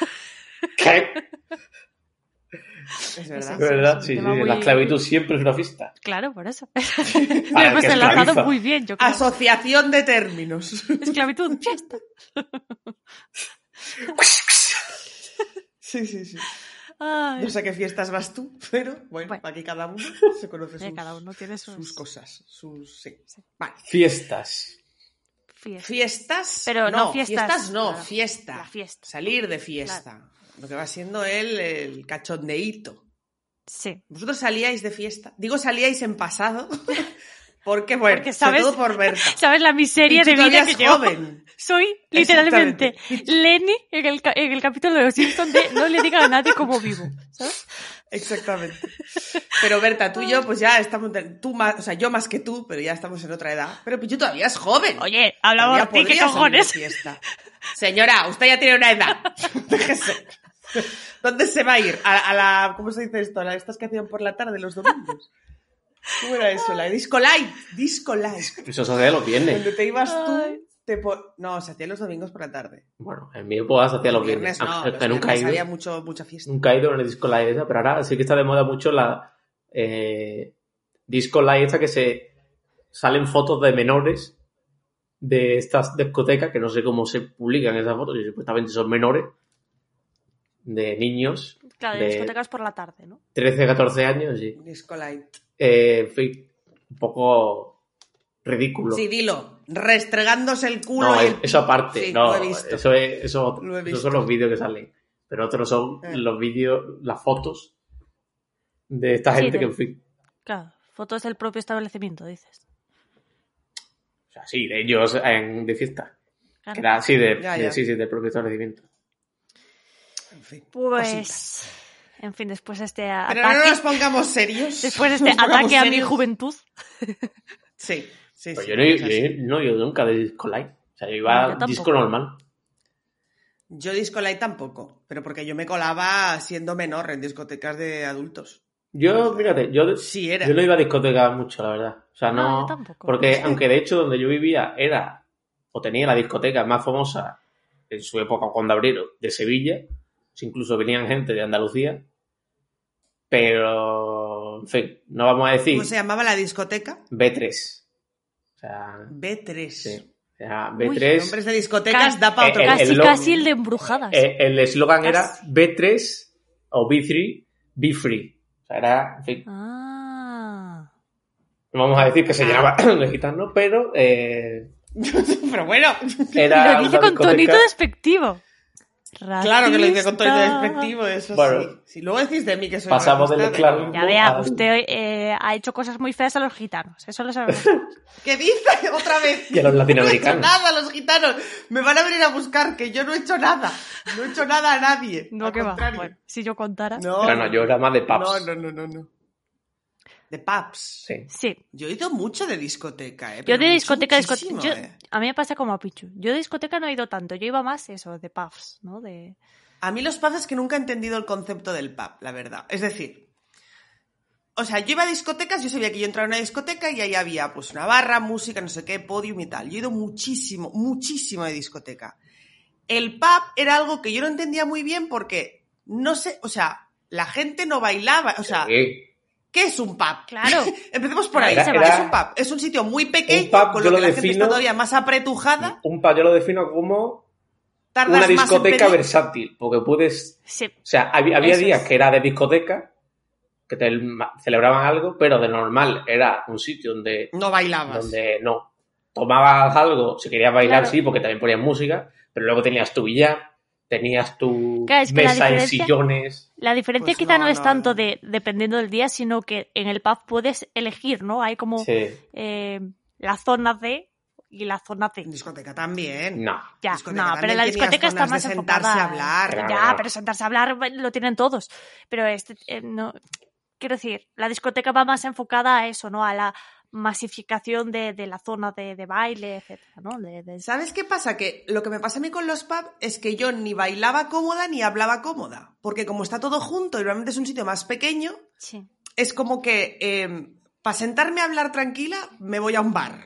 S3: ¿Qué?
S2: Es
S1: Es
S2: verdad.
S1: eso.
S3: ¿Verdad?
S1: es un
S3: Sí, sí,
S1: tema muy-
S3: la esclavitud siempre es una fiesta.
S1: Claro, por eso.
S2: Ah,
S3: Para el
S1: Lo hemos
S3: que
S1: enlazado
S3: esclaviza.
S1: pues, muy bien, yo creo.
S2: Asociación de términos.
S1: Esclavitud, fiesta.
S2: Sí, sí, sí.
S1: Ay,
S2: No sé qué fiestas vas tú, pero bueno,
S1: Bueno.
S2: aquí cada uno se conoce
S1: eh,
S2: sus,
S1: cada uno tiene sus,
S2: sus cosas. Sus, sí. Vale.
S3: Fiestas.
S1: fiestas.
S2: Fiestas.
S1: Pero no fiestas,
S2: no,
S1: claro.
S2: fiesta.
S1: La fiesta.
S2: Salir de fiesta. Lo que va siendo el, el cachondeíto.
S1: Sí.
S2: ¿Vosotros salíais de fiesta? Digo salíais en pasado, porque bueno,
S1: Porque
S2: sobre
S1: sabes-
S2: todo por Berta.
S1: ¿Sabes la miseria
S2: Y tú
S1: de vida
S2: todavía
S1: que
S2: es
S1: llevo?
S2: joven.
S1: Soy literalmente Lenny en el, ca- en el capítulo de Los Simpsons de No le diga a nadie cómo vivo. ¿sabes?
S2: Exactamente. Pero Berta, tú y yo, pues ya estamos, de- tú más, o sea, yo más que tú, pero ya estamos en otra edad. Pero pues, yo todavía es joven.
S1: Oye, hablamos
S2: Todavía
S1: de ti, ¿qué
S2: podría salir de
S1: cojones?
S2: fiesta. Señora, usted ya tiene una edad. Déjese. ¿Dónde se va a ir? A, a la, ¿cómo se dice esto? A la estas que hacían por la tarde los domingos. ¿Cómo era eso? La disco light, disco light.
S3: Eso se hace los viernes.
S2: Donde te ibas
S1: Ay.
S2: tú, te po- no, se hacía los domingos por la tarde.
S3: Bueno, en mi época se hacía los viernes.
S2: no,
S3: aunque
S2: los
S3: nunca he
S2: viernes
S3: ido.
S2: había mucho, mucha fiesta.
S3: Nunca he ido a una disco live esa, pero ahora sí que está de moda mucho la eh, disco live esa que se salen fotos de menores de estas discotecas, que no sé cómo se publican esas fotos, y supuestamente son menores, de niños,
S1: Claro,
S3: de-
S1: de discotecas por la tarde, ¿no?
S3: 13, 14 años, y,
S2: Disco light.
S3: eh, en fin, un poco ridículo.
S2: Sí, dilo. Restregándose el culo.
S3: no,
S2: y
S3: es-
S2: el-
S3: eso aparte,
S2: Sí,
S3: no,
S2: lo he visto.
S3: eso es, eso,
S2: Lo he
S3: esos
S2: visto.
S3: son los vídeos que salen, pero otros son
S2: Eh.
S3: los vídeos, las fotos de esta
S1: Sí,
S3: gente
S1: de-
S3: que, en fin,
S1: Claro, fotos del propio establecimiento, dices.
S3: O sea, sí, de ellos en, de fiesta.
S1: Claro.
S3: Que era así de,
S2: Ya,
S3: de-
S2: ya.
S3: sí, sí, del propio establecimiento.
S2: En fin, cositas.
S1: Pues, en fin, después de este ataque,
S2: Pero no nos pongamos serios.
S1: después de
S2: Nos
S1: este
S2: pongamos
S1: ataque a mi
S2: serios.
S1: juventud,
S2: Sí, sí,
S3: Pero
S2: sí,
S3: Pues yo no,
S2: es
S3: yo,
S2: así.
S3: no he ido nunca de disco live. O sea, yo iba
S1: No, yo
S3: a disco
S1: tampoco.
S3: normal.
S2: Yo disco light tampoco, pero porque yo me colaba siendo menor en discotecas de adultos.
S3: Yo, fíjate, yo,
S2: Sí, era.
S3: yo no iba a discotecas mucho, la verdad. O sea,
S1: No,
S3: Ah, no.
S1: yo tampoco.
S3: Porque, aunque de hecho donde yo vivía era, o tenía la discoteca más famosa en su época cuando abrieron, de Sevilla. Si Incluso venían gente de Andalucía. Pero, en fin, no vamos a decir
S2: ¿Cómo se llamaba la discoteca?
S3: B3. O sea,
S2: B3.
S3: Sí. Era
S1: Uy,
S3: B3.
S2: Nombres de discotecas
S1: Ca-
S2: da para otro.
S3: El-
S1: casi,
S3: el lo-
S1: casi el de embrujadas.
S3: eh, el eslogan era
S1: Casi.
S3: B3 o B3, Be Free. O sea, era, en fin,
S1: Ah,
S3: no vamos a decir que se llamaba de gitano, pero eh,
S2: pero bueno,
S3: era
S1: lo dice
S3: una
S1: con
S3: discoteca-
S1: tonito despectivo.
S2: claro que lo hice con todo el
S1: Racista.
S2: despectivo, eso
S3: Bueno.
S2: sí. Si luego decís de mí que soy
S3: Pasamos del
S2: racista,
S3: esclavo.
S1: Ya vea,
S3: Al-
S1: usted eh, ha hecho cosas muy feas a los gitanos, eso lo sabemos.
S2: ¿Qué dice otra vez?
S3: Y a los
S2: No he hecho
S3: latinoamericanos.
S2: nada, los gitanos. Me van a venir a buscar, que yo no he hecho nada. No he hecho nada a nadie.
S1: No,
S2: Al
S1: que va.
S2: contrario.
S1: Bueno, si yo contara.
S2: No,
S3: Pero no, yo era más de pubs.
S2: No, no, no, no, no. De pubs.
S3: Sí.
S1: Sí,
S2: Yo he ido mucho de discoteca, ¿eh?
S1: Yo
S2: pero
S1: de
S2: mucho,
S1: discoteca, disco-
S2: muchísimo,
S1: yo-
S2: eh.
S1: a mí me pasa como a Pichu. Yo de discoteca no he ido tanto, yo iba más eso, de puffs, ¿no? De...
S2: A mí los pubs es que nunca he entendido el concepto del pub, la verdad. Es decir, o sea, yo iba a discotecas, yo sabía que yo entraba a una discoteca y ahí había pues una barra, música, no sé qué, podium y tal. Yo he ido muchísimo, muchísimo de discoteca. El pub era algo que yo no entendía muy bien porque no sé, o sea, la gente no bailaba, o sea,
S3: Sí.
S2: ¿qué es un pub?
S1: Claro,
S2: Empecemos por ahí.
S1: Era-
S2: ¿Qué es
S3: Eh. era-
S2: un pub? Es un sitio muy pequeño,
S3: pub
S2: con
S3: yo
S2: lo que
S3: lo
S2: la gente está
S3: defino-
S2: todavía más apretujada.
S3: Un pa, yo lo defino como
S2: Tardas
S3: una
S2: más en
S3: discoteca
S2: pedir-
S3: versátil, porque puedes.
S1: sí,
S3: O sea, había, había
S1: Eso
S3: días
S1: es.
S3: que era de discoteca, que te- celebraban algo, pero de normal era un sitio donde
S2: No bailabas.
S3: donde no tomabas algo, si querías bailar
S1: Claro.
S3: sí, porque también ponías música, pero luego tenías tu billar, tenías tu
S1: Claro, es que la
S3: mesa en
S1: diferencia-
S3: sillones.
S1: la diferencia
S2: Pues
S1: quizá no,
S2: no,
S1: es
S2: no,
S1: tanto
S2: no.
S1: de dependiendo del día, sino que en el pub puedes elegir, ¿no? Hay como
S3: Sí.
S1: eh, la zona D y la zona C.
S2: En discoteca también.
S3: No.
S1: Ya,
S2: Discoteca
S1: no, pero
S2: también
S1: la
S2: tenías
S1: discoteca está
S2: zonas de
S1: más
S2: sentarse
S1: enfocada.
S2: a hablar.
S3: Claro,
S1: Ya,
S3: claro.
S1: pero sentarse a hablar bueno, lo tienen todos. Pero este, eh, no, quiero decir, la discoteca va más enfocada a eso, ¿no? A la masificación de, de la zona de, de baile, etcétera, ¿no? De- de-
S2: ¿Sabes qué pasa? Que lo que me pasa a mí con los pubs es que yo ni bailaba cómoda ni hablaba cómoda. Porque como está todo junto y realmente es un sitio más pequeño,
S1: sí.
S2: es como que para sentarme a hablar tranquila me voy a un bar.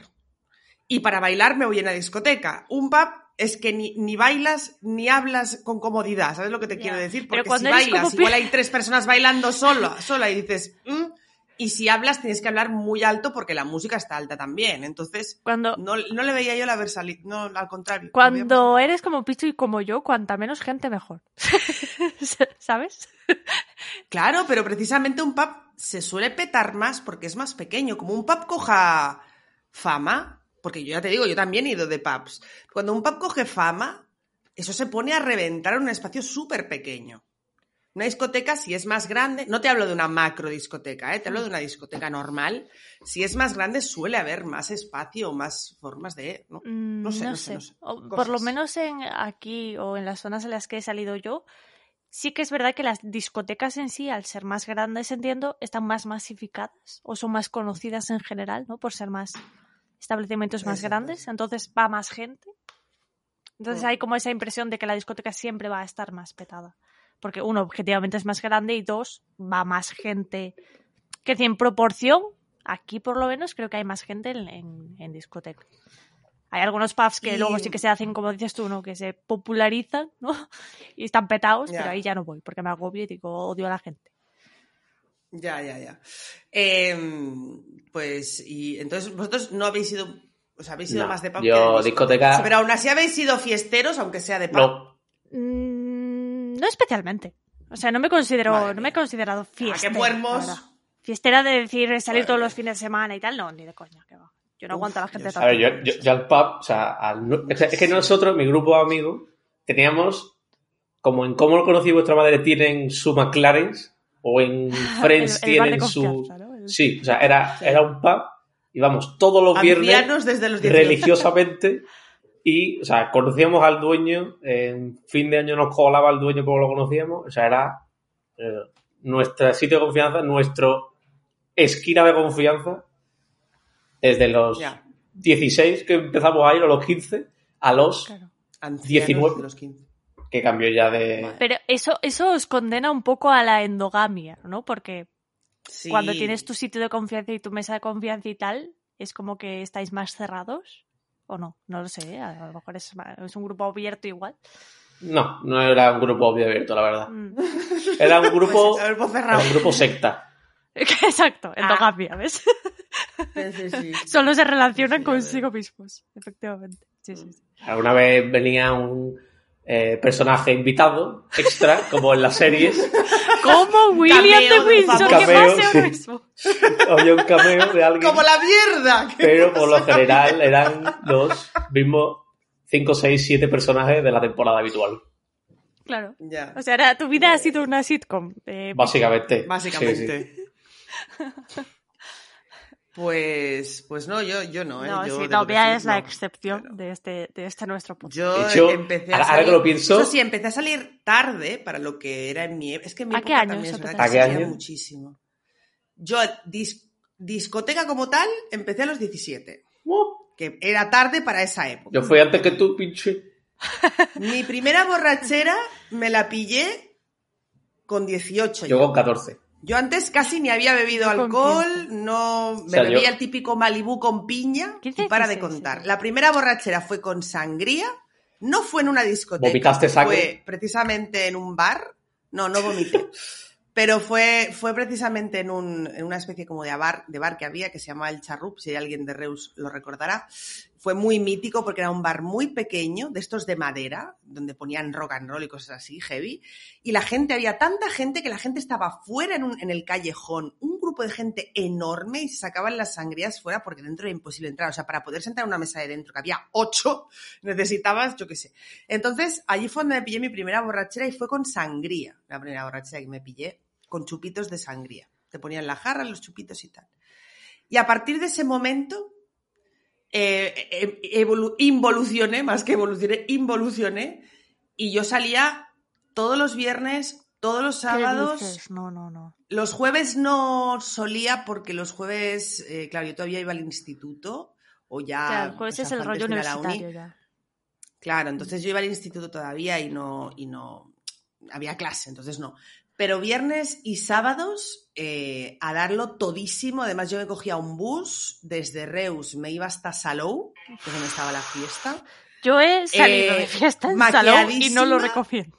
S2: Y para bailar me voy a una discoteca. Un pub es que ni, ni bailas ni hablas con comodidad, ¿sabes lo que te
S1: Ya.
S2: quiero decir?
S1: Pero
S2: Porque si
S1: cuando eres
S2: bailas,
S1: como
S2: igual
S1: pi-
S2: hay tres personas bailando sola, sola y dices, "Mm", y si hablas tienes que hablar muy alto porque la música está alta también, entonces
S1: Cuando,
S2: no, no le veía yo la versatilidad, no, al contrario. lo
S1: cuando eres como Pichu y como yo, cuanta menos gente mejor. ¿Sabes?
S2: veía- Claro, pero precisamente un pub se suele petar más porque es más pequeño, como un pub coja fama, porque yo ya te digo, yo también he ido de pubs, cuando un pub coge fama, eso se pone a reventar en un espacio súper pequeño. Una discoteca, si es más grande, no te hablo de una macro discoteca, ¿eh? te hablo de una discoteca normal, si es más grande suele haber más espacio, más formas de... ¿no?
S1: Mm,
S2: No sé, no sé, no sé.
S1: O por lo
S2: Cosas.
S1: menos en aquí o en las zonas en las que he salido yo, sí que es verdad que las discotecas en sí, al ser más grandes, entiendo, están más masificadas o son más conocidas en general, ¿no? Por ser más establecimientos más
S2: Puede ser, puede
S1: grandes,
S2: ser.
S1: entonces va más gente. Entonces
S2: Mm.
S1: hay como esa impresión de que la discoteca siempre va a estar más petada. Porque uno, objetivamente es más grande y dos, va más gente. Que en proporción, aquí por lo menos creo que hay más gente en, en, en discoteca. Hay algunos pubs que
S2: Y-
S1: luego sí que se hacen, como dices tú, ¿no? que se popularizan ¿no? y están petados,
S2: Ya.
S1: pero ahí ya no voy porque me agobio y digo, odio a la gente.
S2: Ya, ya, ya. Em, pues, y entonces vosotros no habéis sido, o sea, habéis sido
S3: No,
S2: más de pub
S3: yo
S2: que de
S3: discoteca-
S2: Sí, Pero aún así habéis sido fiesteros, aunque sea de pub.
S3: No,
S1: Mm, no especialmente. O sea, no me considero,
S2: Madre
S1: no me
S2: mía.
S1: he considerado
S2: Ah,
S1: fiestera.
S2: qué
S1: la
S2: puermos.
S1: verdad. Fiestera de decir salir
S2: Madre
S1: todos
S2: mía.
S1: los fines de semana y tal, no, ni de coña, que va. Yo no
S2: Uf,
S1: aguanto a la gente
S2: Dios.
S1: tanto.
S3: a ver, yo, yo- yo al pub, o sea, al no- es que- es que nosotros, mi grupo de amigos, teníamos, como en cómo lo conocí vuestra madre, tienen su McLaren, o en Friends
S1: Ah, el, el bar de
S3: tienen su...
S1: confianza, ¿no? El-
S3: Sí, o sea, era,
S2: Sí.
S3: era un pub, íbamos todos los viernes
S2: Ancianos desde los 18.
S3: religiosamente y, o sea, conocíamos al dueño, en fin de año nos colaba al dueño como lo conocíamos, o sea, era eh, nuestro sitio de confianza, nuestro esquina de confianza, desde los
S2: Ya,
S3: 16 que empezamos a ir, a los 15, a los
S1: Claro.
S2: ancianos
S3: 19.
S2: de los 15.
S3: que cambió ya de...
S2: Vale.
S1: Pero eso, eso os condena un poco a la endogamia, ¿no? Porque
S2: Sí.
S1: cuando tienes tu sitio de confianza y tu mesa de confianza y tal, es como que estáis más cerrados. ¿O no? No lo sé, ¿eh? a lo mejor es, ma- es un grupo abierto igual.
S3: No, no era un grupo obvio abierto, la verdad.
S1: Mm.
S3: Era un grupo,
S2: Pues, a ver, pues,
S3: era
S2: cerrado.
S3: un grupo secta.
S1: Exacto, endogamia, ¿ves?
S2: Sí, sí, sí.
S1: Solo se relacionan
S2: Sí, ya veo.
S1: consigo mismos, efectivamente. Sí, sí, sí.
S3: Alguna vez venía un eh, personaje invitado extra, como en las series.
S1: Como William de
S2: Cameo de
S1: Windsor,
S3: famoso.
S1: que pase
S3: Cameo,
S1: ahora
S3: sí.
S1: mismo.
S3: Había un cameo de alguien.
S2: Como la mierda. que
S3: Pero por lo
S2: pasa.
S3: general eran los mismos 5, 6, 7 personajes de la temporada habitual.
S1: Claro.
S2: Ya,
S1: O sea, ahora tu vida ha sido una sitcom. eh,
S3: Básicamente. Sí, sí.
S2: básicamente. Pues, pues no, yo, yo no, ¿eh?
S1: no,
S2: yo
S1: sí,
S2: debo
S1: no, Bea
S2: decir,
S1: es la
S2: no.
S1: excepción
S2: Pero-
S1: de, este, de este nuestro podcast.
S2: Yo em-
S3: Pues, De hecho,
S2: empecé a
S3: ahora- ahora
S2: salir,
S3: que lo pienso-
S2: Eso sí, empecé a salir tarde para lo que era en mi época. Es que en mi
S1: ¿A qué
S2: época
S1: año
S2: también
S1: eso
S2: es verdad que
S1: empezaste
S3: a
S2: salía
S3: salir?
S2: muchísimo. Yo dis- discoteca como tal empecé a los 17,
S3: Uh,
S2: que era tarde para esa época.
S3: Yo fui antes que tú, pinche.
S2: Mi primera borrachera me la pillé con 18
S3: Yo
S2: ya.
S3: con 14.
S2: Yo antes casi ni había bebido
S1: Yo con
S2: alcohol, no me
S3: O sea,
S2: bebía
S3: yo-
S2: el típico Malibú con piña
S1: ¿Qué
S2: y para de
S1: dices?
S2: contar. La primera borrachera fue con sangría, no fue en una discoteca,
S3: ¿Vomitaste sangre?
S2: fue precisamente en un bar. No, no vomité. Pero fue, fue precisamente en, un, en una especie como de bar, de bar que había, que se llamaba El Charrup, si alguien de Reus lo recordará. Fue muy mítico porque era un bar muy pequeño, de estos de madera, donde ponían rock and roll y cosas así, heavy. Y la gente, había tanta gente que la gente estaba fuera en, un- en el callejón, un grupo de gente enorme y se sacaban las sangrías fuera porque dentro era imposible entrar. O sea, para poder sentar en una mesa de dentro, que había ocho, necesitabas, yo qué sé, entonces, allí fue donde me pillé mi primera borrachera y fue con sangría, la primera borrachera que me pillé, con chupitos de sangría. Te ponían la jarra, los chupitos y tal. Y a partir de ese momento, eh, eh, evolu- involucioné, más que evolucioné, involucioné, y yo salía todos los viernes, todos los
S1: ¿Qué
S2: sábados,
S1: dices? No, no, no.
S2: los jueves no solía porque los jueves, eh, claro, yo todavía iba al instituto, o ya...
S1: Claro, pues
S2: o sea,
S1: es el
S2: fue antes
S1: rollo
S2: de ir a la uni.
S1: universitario ya.
S2: Claro, entonces yo iba al instituto todavía y no, y no había clase, entonces no. Pero viernes y sábados eh, a darlo todísimo. Además, yo me cogía un bus desde Reus, me iba hasta Salou, que es donde estaba la fiesta.
S1: Yo he salido
S2: Eh,
S1: de fiesta en salón y no lo
S2: maqueadísima.
S1: recomiendo.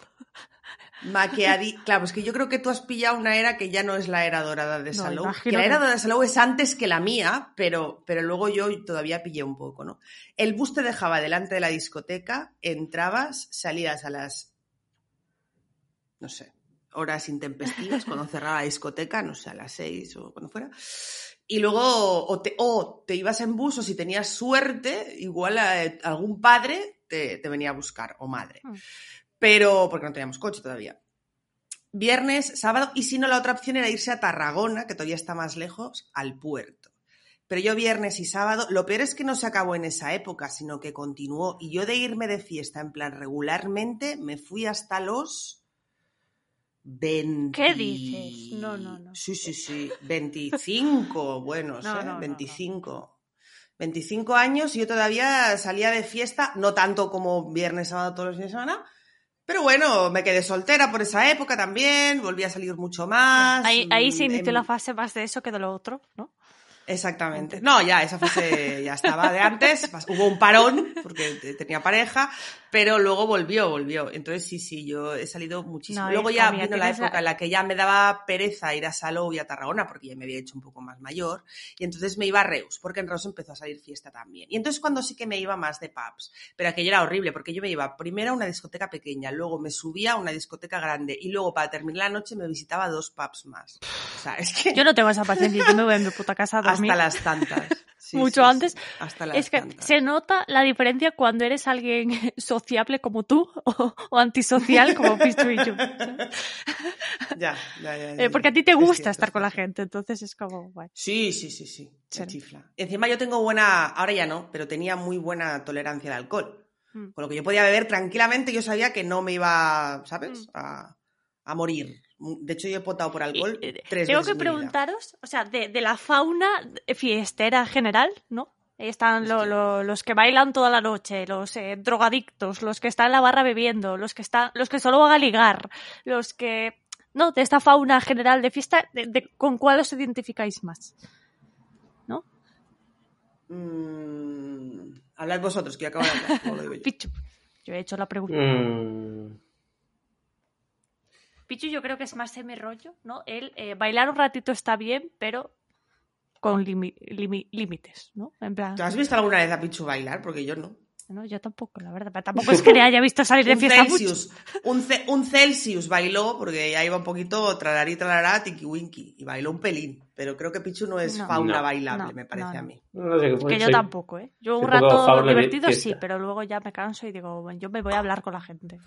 S2: Maqueadi... Claro, es que yo creo que tú has pillado una era que ya no es la era dorada de
S1: No,
S2: Salou.
S1: imagino
S2: que la
S1: que
S2: era
S1: no.
S2: dorada de Salou es antes que la mía, pero, pero luego yo todavía pillé un poco, ¿no? El bus te dejaba delante de la discoteca, entrabas, salías a las, no sé, horas intempestivas, cuando cerraba la discoteca, no sé, a las seis o cuando fuera. Y luego o te, o te ibas en bus o si tenías suerte, igual eh, algún padre te, te venía a buscar o madre.
S1: Hmm.
S2: Pero porque no teníamos coche todavía viernes, sábado, y si no, la otra opción era irse a Tarragona, que todavía está más lejos, al puerto. Pero yo viernes y sábado, lo peor es que no se acabó en esa época, sino que continuó. Y yo de irme de fiesta en plan regularmente, me fui hasta los 20.
S1: ¿Qué dices? No, no, no.
S2: Sí, sí, sí. 25, buenos,
S1: No,
S2: ¿eh?
S1: no, no, no.
S2: 25. 25 años y yo todavía salía de fiesta, no tanto como viernes, sábado, todos los fines de semana, pero bueno, me quedé soltera por esa época también, volví a salir mucho más.
S1: Ahí, ahí se
S2: mm,
S1: inició
S2: em-
S1: la fase más de eso que de lo otro, ¿no?
S2: Exactamente. No, ya, esa fase ya estaba de antes. pas- Hubo un parón porque te- tenía pareja, pero luego volvió, volvió. Entonces, sí, sí, yo he salido muchísimo.
S1: No,
S2: luego
S1: hija
S2: ya
S1: mía,
S2: vino la
S1: tienes la-
S2: época en la que ya me daba pereza ir a Salou y a Tarragona porque ya me había hecho un poco más mayor. Y entonces me iba a Reus, porque en Reus empezó a salir fiesta también. Y entonces cuando sí que me iba más de pubs. Pero aquello era horrible porque yo me iba primero a una discoteca pequeña, luego me subía a una discoteca grande y luego para terminar la noche me visitaba dos pubs más. O sea, es que
S1: Yo no tengo esa paciencia, yo me voy a mi puta casa a dormir.
S2: hasta las tantas. Sí,
S1: Mucho
S2: sí, sí.
S1: antes.
S2: Hasta las
S1: Es que
S2: tantas.
S1: se nota la diferencia cuando eres alguien sociable como tú o, o antisocial como Pichu y yo. ¿sabes?
S2: Ya, ya, ya, ya,
S1: Eh, porque a ti te
S2: ya. Es
S1: gusta
S2: cierto,
S1: estar con
S2: es
S1: la
S2: cierto.
S1: gente, entonces es como, bueno.
S2: Sí, sí, sí, sí.
S1: Sí.
S2: Me chifla. Encima yo tengo buena, ahora ya no, pero tenía muy buena tolerancia al alcohol.
S1: Mm.
S2: Con lo que yo podía beber tranquilamente, yo sabía que no me iba, ¿sabes?
S1: Mm.
S2: A, a morir. De hecho, yo he potado por alcohol
S1: Y, eh,
S2: tres
S1: Tengo
S2: veces.
S1: que
S2: en mi vida.
S1: preguntaros, o sea, de, de la fauna fiestera general, ¿no? Ahí están lo-
S2: Hostia.
S1: lo- los que bailan toda la noche, los eh, drogadictos, los que están en la barra bebiendo, los que están, los que solo van a ligar, los que no, de esta fauna general de fiesta, de- de- ¿con cuál os identificáis más?
S2: Mm, hablad vosotros, que yo acabo de hablar. como lo digo yo.
S1: Pichu, yo he hecho la pregunta.
S3: Mm.
S1: Pichu yo creo que es más semi rollo, ¿no? El eh, bailar un ratito está bien, pero con limi- limi- límites, ¿no? En plan,
S2: ¿Te has visto alguna vez a Pichu bailar? Porque yo no.
S1: no, yo tampoco, la verdad, pero tampoco es que le haya visto salir de
S2: un
S1: fiesta mucho.
S2: Celsius, un, Ce- un Celsius bailó, porque ya iba un poquito tralarí, tralará, tiki winky, y bailó un pelín. Pero creo que Pichu no es
S1: No.
S2: fauna
S3: No.
S2: bailable,
S1: No,
S2: me parece
S1: no,
S2: a
S1: no.
S2: mí.
S3: No sé qué
S1: Que
S3: fue,
S1: yo
S3: soy-
S1: tampoco, ¿eh? Yo un
S3: soy Pues poco
S1: rato
S3: fauna de
S1: divertido sí,
S3: fiesta.
S1: pero luego ya me canso y digo, bueno, yo me voy a hablar con la gente.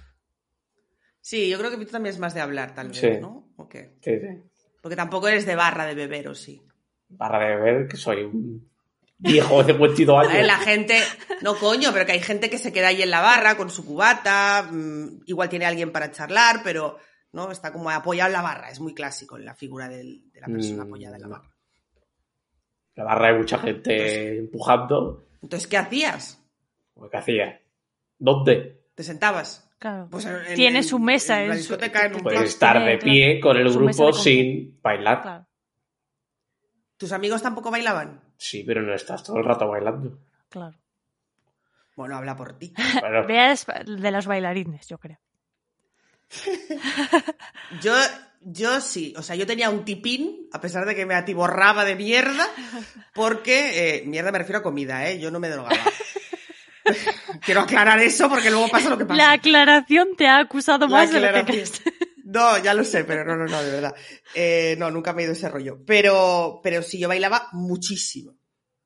S2: Sí, yo creo que Pichu también es más de hablar, tal vez,
S3: Sí.
S2: ¿no? ¿O qué?
S3: Sí, sí.
S2: Porque tampoco eres de barra de beber, ¿o sí?
S3: Barra de beber, que soy un viejo de 52
S2: A ver,
S3: años.
S2: la gente, no coño, pero que hay gente que se queda ahí en la barra con su cubata, mm, igual tiene alguien para charlar, pero no está como apoyado en la barra, es muy clásico en la figura del- de la persona
S3: Mm,
S2: apoyada en la
S3: no.
S2: barra.
S3: La barra hay mucha gente empujando. Pues,
S2: Entonces, ¿qué hacías?
S3: ¿Qué hacía? ¿Dónde?
S2: ¿Te sentabas?
S1: Claro.
S2: Pues en- en-
S1: Tiene
S2: en-
S1: su mesa
S2: en la
S1: en su-
S2: discoteca, en un
S1: Claro,
S3: Puedes
S2: pub.
S3: Pues, estar
S1: tiene,
S3: de
S1: claro,
S3: pie con el
S1: su mesa de
S3: grupo
S1: confort.
S3: sin bailar.
S1: claro.
S2: ¿Tus amigos tampoco bailaban?
S3: Sí, pero no estás todo el rato bailando.
S1: claro.
S2: Bueno, habla por ti.
S3: Bueno,
S1: Bea es de los bailarines, yo creo.
S2: Yo, yo sí, o sea, yo tenía un tipín, a pesar de que me atiborraba de mierda, porque, eh, mierda me refiero a comida, ¿eh? Yo no me drogaba. Quiero aclarar eso porque luego pasa lo que pasa.
S1: La aclaración te ha acusado
S2: La
S1: más de lo que
S2: aclaración.
S1: crees.
S2: No, ya lo sé, pero no, no, no, de verdad. Eh, no, nunca me he ido ese rollo. Pero, pero sí, yo bailaba muchísimo.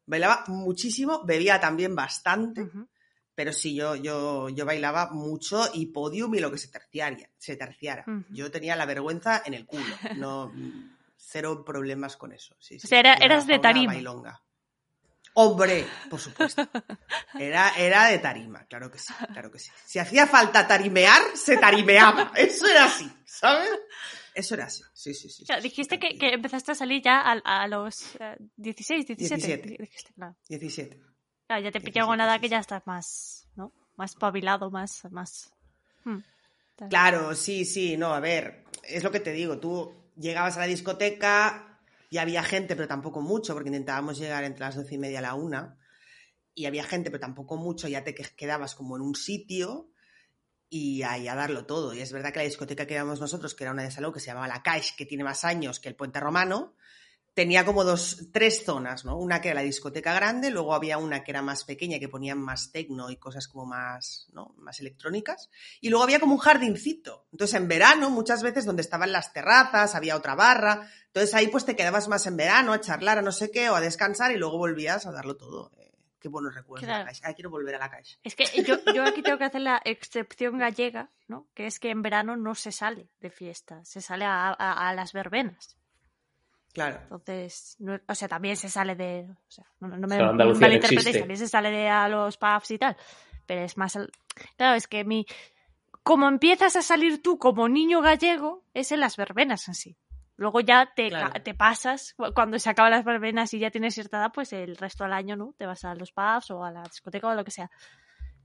S2: Bailaba muchísimo, bebía también bastante.
S1: Ujú.
S2: Pero sí, yo, yo, yo bailaba mucho y podium y lo que se terciaria, se terciara.
S1: Ujú.
S2: Yo tenía la vergüenza en el culo. No, mm, cero problemas con eso. Sí, sí.
S1: sea, era-
S2: Yo
S1: eras
S2: la
S1: de
S2: fauna
S1: tarima.
S2: Bailonga. Hombre, por supuesto. Era, era de tarima, claro que sí, claro que sí. Si hacía falta tarimear, se tarimeaba. Eso era así, ¿sabes? Eso era así. Sí, sí, sí.
S1: O sea,
S2: sí, sí,
S1: dijiste que,
S2: tranquila.
S1: que empezaste a salir ya a, a los eh, 16, 17.
S2: 17.
S1: dijiste, claro.
S2: 17.
S1: Claro, ya te pillé
S2: 17,
S1: con nada que
S2: 17.
S1: ya estás más, ¿no? Más pabilado, más... más... Hmm.
S2: Claro, sí, sí, no, a ver, es lo que te digo, tú llegabas a la discoteca, ya había gente, pero tampoco mucho, porque intentábamos llegar entre las doce y media a la una, y había gente, pero tampoco mucho, ya te que- quedabas como en un sitio y ahí a darlo todo. Y es verdad que la discoteca que íbamos nosotros, que era una de salud que se llamaba La Caixa, que tiene más años que el Puente Romano, tenía como dos, tres zonas, ¿no? Una que era la discoteca grande, luego había una que era más pequeña, que ponían más tecno y cosas como más, ¿no? Más electrónicas. Y luego había como un jardincito. Entonces, en verano, muchas veces donde estaban las terrazas, había otra barra. Entonces ahí pues te quedabas más en verano a charlar, a no sé qué, o a descansar y luego volvías a darlo todo. Eh, qué buenos recuerdos.
S1: Claro.
S2: la Caixa. Ah, quiero volver a la calle.
S1: Es que yo, yo aquí tengo que hacer la excepción gallega, ¿no? Que es que en verano no se sale de fiesta, se sale a, a- a las verbenas.
S2: Claro.
S1: Entonces, no- o sea, también se sale de. O sea, no, no me
S3: Pero Andalucía no
S1: malinterpretéis,
S3: existe.
S1: también se sale de a los pubs y tal. Pero es más. al- Claro, es que mi. Como empiezas a salir tú como niño gallego, es en las verbenas en sí. Luego ya te,
S2: Claro.
S1: te pasas, cu- cuando se acaban las verbenas y ya tienes cierta edad, pues el resto del año, ¿no? Te vas a los pubs o a la discoteca o lo que sea.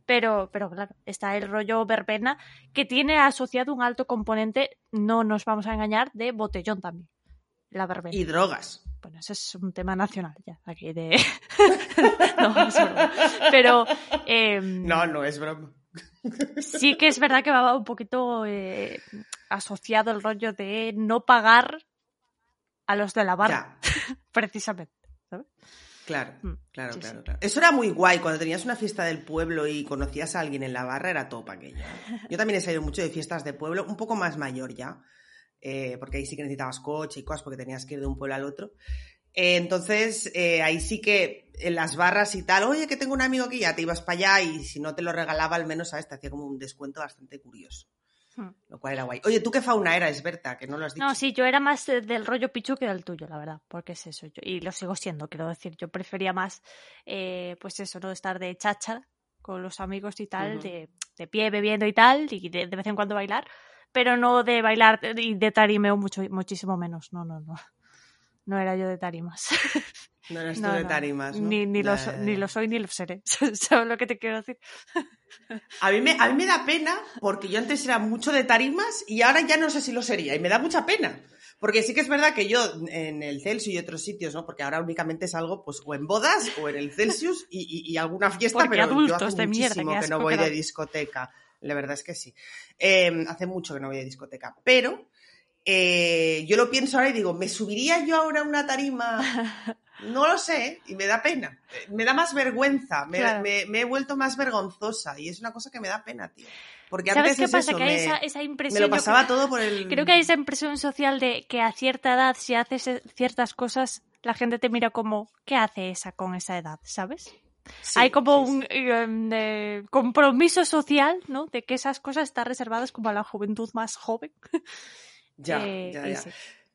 S1: Pero, pero claro, está el rollo verbena que tiene asociado un alto componente, no nos vamos a engañar, de botellón también. La verbena.
S2: Y drogas.
S1: Bueno, eso es un tema nacional ya, aquí de... no, es broma. Pero eh,
S2: No, no es broma.
S1: sí que es verdad que va un poquito eh, asociado el rollo de no pagar a los de la barra,
S2: Ya.
S1: precisamente.
S2: Claro,
S1: Mm,
S2: claro,
S1: sí,
S2: claro,
S1: sí.
S2: claro. Eso era muy guay. Cuando tenías una fiesta del pueblo y conocías a alguien en la barra, era top aquello. ¿eh? Yo también he salido mucho de fiestas de pueblo, un poco más mayor ya, eh, porque ahí sí que necesitabas coche y cosas, porque tenías que ir de un pueblo al otro. Eh, entonces, eh, ahí sí que en las barras y tal, oye, que tengo un amigo aquí, ya te ibas para allá y si no te lo regalaba, al menos, ¿sabes? Te hacía como un descuento bastante curioso,
S1: Hmm.
S2: lo cual era guay. Oye, ¿tú qué fauna era, Esberta? Que no lo has dicho.
S1: No, sí, yo era más eh, del rollo pichu que del tuyo, la verdad, porque es eso, yo- y lo sigo siendo, quiero decir, yo prefería más, eh, pues eso, ¿no? Estar de cháchara con los amigos y tal,
S2: Ujú.
S1: de, de pie bebiendo y tal, y de, de vez en cuando bailar, pero no de bailar eh, y de tarimeo mucho, muchísimo menos, no, no, no. No era yo de tarimas.
S2: No eras tú
S1: No,
S2: de
S1: no,
S2: tarimas, ¿no?
S1: Ni, ni,
S2: Ya,
S1: lo,
S2: ya,
S1: so-
S2: ya.
S1: ni lo soy ni lo seré. ¿Sabes lo que te quiero decir?
S2: A mí, me, a mí me da pena porque yo antes era mucho de tarimas y ahora ya no sé si lo sería. Y me da mucha pena. Porque sí que es verdad que yo en el Celsius y otros sitios, ¿no? Porque ahora únicamente salgo pues o en bodas o en el Celsius y, y- y alguna fiesta,
S1: Porque
S2: pero yo
S1: adultos
S2: hace
S1: de mierda,
S2: muchísimo
S1: qué
S2: que no
S1: asco
S2: voy
S1: que da.
S2: de discoteca. La verdad es que sí. Eh, hace mucho que no voy de discoteca. Pero eh, yo lo pienso ahora y digo, ¿me subiría yo ahora a una tarima? No lo sé y me da pena. Eh, Me da más vergüenza, me,
S1: Claro.
S2: me- me he vuelto más vergonzosa y es una cosa que me da pena, tío. Porque
S1: ¿Sabes
S2: antes
S1: qué
S2: es
S1: pasa?
S2: eso,
S1: que hay
S2: me,
S1: esa, esa
S2: me
S1: impresión.
S2: lo
S1: yo
S2: pasaba
S1: creo-
S2: todo por el...
S1: Creo que hay esa impresión social de que a cierta edad, si haces eh, ciertas cosas, la gente te mira como, ¿qué hace esa con esa edad? ¿Sabes?
S2: Sí,
S1: hay como
S2: sí,
S1: un
S2: sí.
S1: eh, em, eh, compromiso social, ¿no? De que esas cosas están reservadas como a la juventud más joven.
S2: Ya,
S1: Eh,
S2: ya,
S1: y
S2: ya.
S1: sí.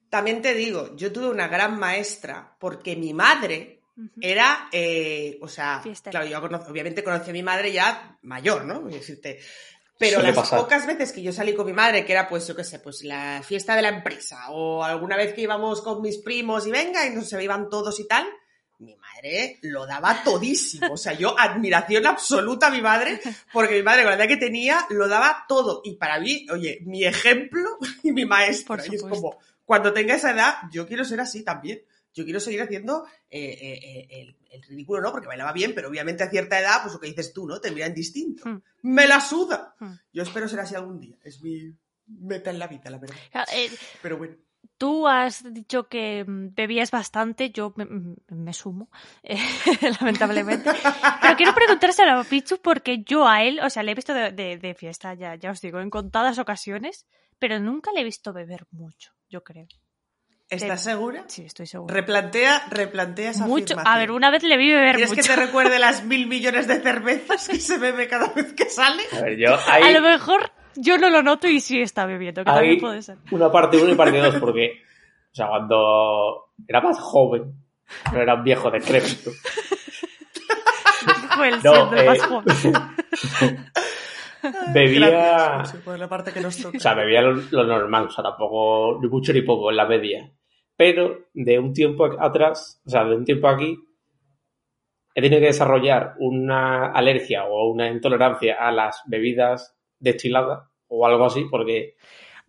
S2: También te digo, yo tuve una gran maestra porque mi madre
S1: Ujú.
S2: era, eh, o sea,
S1: Fiestera.
S2: claro, yo conoz- obviamente conocí a mi madre ya mayor, ¿no? Voy a decirte. Pero
S3: Suele
S2: las
S3: pasar.
S2: pocas veces que yo salí con mi madre, que era pues, yo qué sé, pues la fiesta de la empresa, o alguna vez que íbamos con mis primos y venga, y no se iban todos y tal, mi madre lo daba todísimo. O sea, yo admiración absoluta a mi madre, porque mi madre, con la edad que tenía, lo daba todo. Y para mí, oye, mi ejemplo y mi maestra.
S1: Por
S2: Y es
S1: supuesto.
S2: como, cuando tenga esa edad, yo quiero ser así también. Yo quiero seguir haciendo eh, eh, eh, el, el ridículo, ¿no? Porque bailaba bien, pero obviamente a cierta edad, pues lo que dices tú, ¿no? Te miran distinto.
S1: Hmm.
S2: ¡Me la suda!
S1: Hmm.
S2: Yo espero ser así algún día. Es mi meta en la vida, la verdad.
S1: Claro, eh,
S2: Pero bueno.
S1: Tú has dicho que mm, bebías bastante, yo me, mm, me sumo, eh, lamentablemente. Pero quiero preguntárselo a Pichu porque yo a él, o sea, le he visto de, de- de fiesta, ya, ya os digo, en contadas ocasiones, pero nunca le he visto beber mucho, yo creo.
S2: ¿Estás segura?
S1: Sí, estoy segura.
S2: Replantea, replantea esa
S1: Mucho,
S2: afirmación.
S1: a ver, una vez le vi beber
S2: ¿Quieres
S1: mucho.
S2: que te recuerde las mil millones de cervezas que se bebe cada vez que sale?
S3: A ver, yo
S1: A
S3: ahí,
S1: lo mejor yo no lo noto y sí está bebiendo, que
S3: ahí
S1: también puede ser.
S3: una parte uno y parte dos, porque, o sea, cuando era más joven, no era un viejo decrépito.
S1: Fue él
S3: No,
S1: siendo el más
S3: eh,
S1: joven.
S3: Bebía,
S2: Gracias, José, por la parte que nos toca.
S3: o sea, bebía lo, lo normal, o sea, tampoco ni mucho ni poco, en la media. Pero de un tiempo atrás, o sea, de un tiempo aquí, he tenido que desarrollar una alergia o una intolerancia a las bebidas destiladas o algo así, porque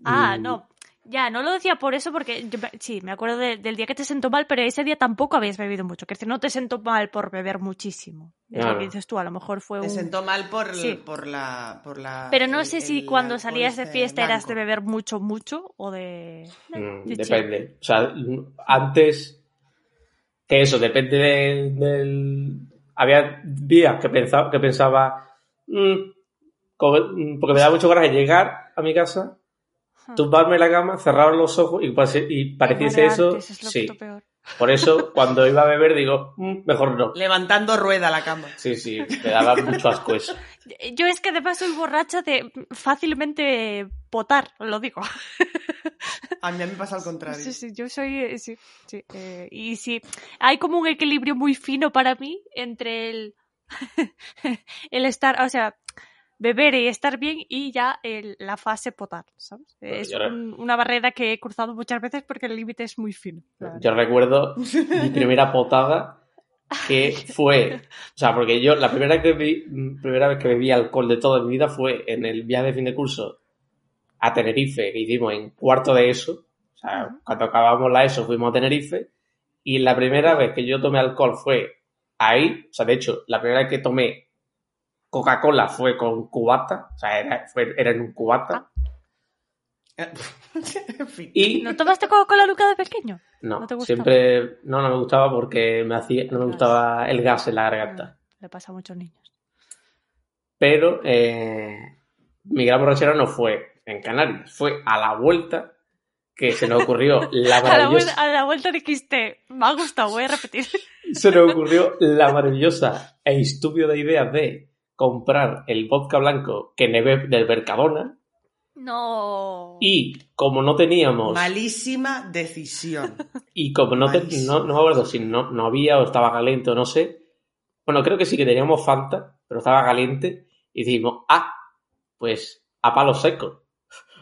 S1: Ah,
S3: mm,
S1: no. Ya, no lo decía por eso, porque yo me- sí, me acuerdo de- del día que te sentó mal, pero ese día tampoco habías bebido mucho. Que no te sentó mal por beber muchísimo. Es lo
S3: Claro.
S1: que dices tú, a lo mejor fue
S2: Me
S1: un.
S2: sentó mal por,
S1: Sí.
S2: por la, por la.
S1: Pero no
S2: el-
S1: sé si
S2: el
S1: cuando
S2: alcohol
S1: salías de
S2: este
S1: fiesta eras de
S2: blanco.
S1: beber mucho, mucho o de.
S3: Mm,
S1: de chill.
S3: depende. O sea, antes que eso, depende de- del... Había días que pensaba, que pensaba mm, co- mm, porque me daba mucho coraje llegar a mi casa,
S1: Ah.
S3: tumbarme en la cama, cerrar los ojos y, pase- y pareciese
S1: Marearte,
S3: eso.
S1: es lo
S3: sí.
S1: puto peor.
S3: Por eso, cuando iba a beber, digo, "Mm, mejor no.
S2: Levantando rueda la cama.
S3: Sí, sí, me daba mucho asco eso.
S1: Yo es que además soy borracha de fácilmente potar, lo digo.
S2: A mí a mí me pasa al contrario.
S1: Sí, sí, yo soy. eh, sí, sí, eh, y sí, hay como un equilibrio muy fino para mí entre el. el estar, o sea, beber y estar bien y ya el- la fase potar, ¿sabes?
S3: Bueno,
S1: es
S3: yo ahora-
S1: un- una barrera que he cruzado muchas veces porque el límite es muy fino. la
S3: Yo recuerdo mi primera potada que fue, o sea, porque yo la primera, que vi- mm, primera vez que bebí alcohol de toda mi vida fue en el viaje de fin de curso a Tenerife que hicimos en cuarto de ESO. O sea,
S1: Ujú.
S3: cuando acabamos la ESO fuimos a Tenerife y la primera vez que yo tomé alcohol fue ahí. O sea, de hecho, la primera vez que tomé Coca-Cola fue con cubata. O sea, era, fue- era en un cubata.
S2: en fin.
S3: Y
S1: ¿No tomaste Coca-Cola nunca de pequeño?
S3: No,
S1: ¿No te gustaba?
S3: siempre no, no me gustaba porque me hacía, no
S1: Gas.
S3: me gustaba el gas en la garganta.
S1: Le pasa a muchos niños.
S3: Pero eh, mi gran borrachera no fue en Canarias, fue a la vuelta que se nos ocurrió la
S1: A la, vuelta,
S3: maravillosa,
S1: a la vuelta dijiste, me ha gustado, voy a repetir.
S3: se nos ocurrió la maravillosa e estúpida idea de comprar el vodka blanco que nevé del Mercadona
S1: No.
S3: y como no teníamos
S2: Malísima decisión.
S3: Y como no, te-
S2: Malísimo.
S3: no, no me acuerdo si no, no había o estaba caliente o no sé. Bueno, creo que sí que teníamos Fanta, pero estaba caliente. Y dijimos, ah, pues a palo seco.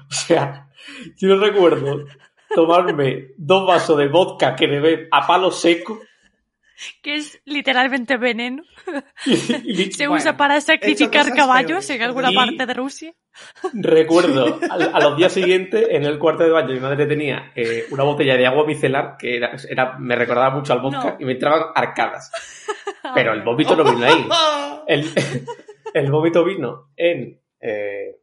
S3: O sea, yo recuerdo tomarme dos vasos de vodka que bebé a palo seco.
S1: Que es literalmente veneno.
S3: Y, y
S1: Se
S2: Bueno,
S1: usa para sacrificar
S2: cosas
S1: caballos
S2: peores,
S1: en
S2: por
S1: alguna
S3: Dios.
S1: parte de Rusia.
S3: recuerdo a, a los días siguientes en el cuarto de baño, mi madre tenía eh, una botella de agua micelar que era, era- me recordaba mucho al vodka
S1: No.
S3: y me entraban arcadas. Pero el
S1: Ah,
S3: vómito no vino ahí.
S2: ¡Oh!
S3: El, el vómito vino en eh,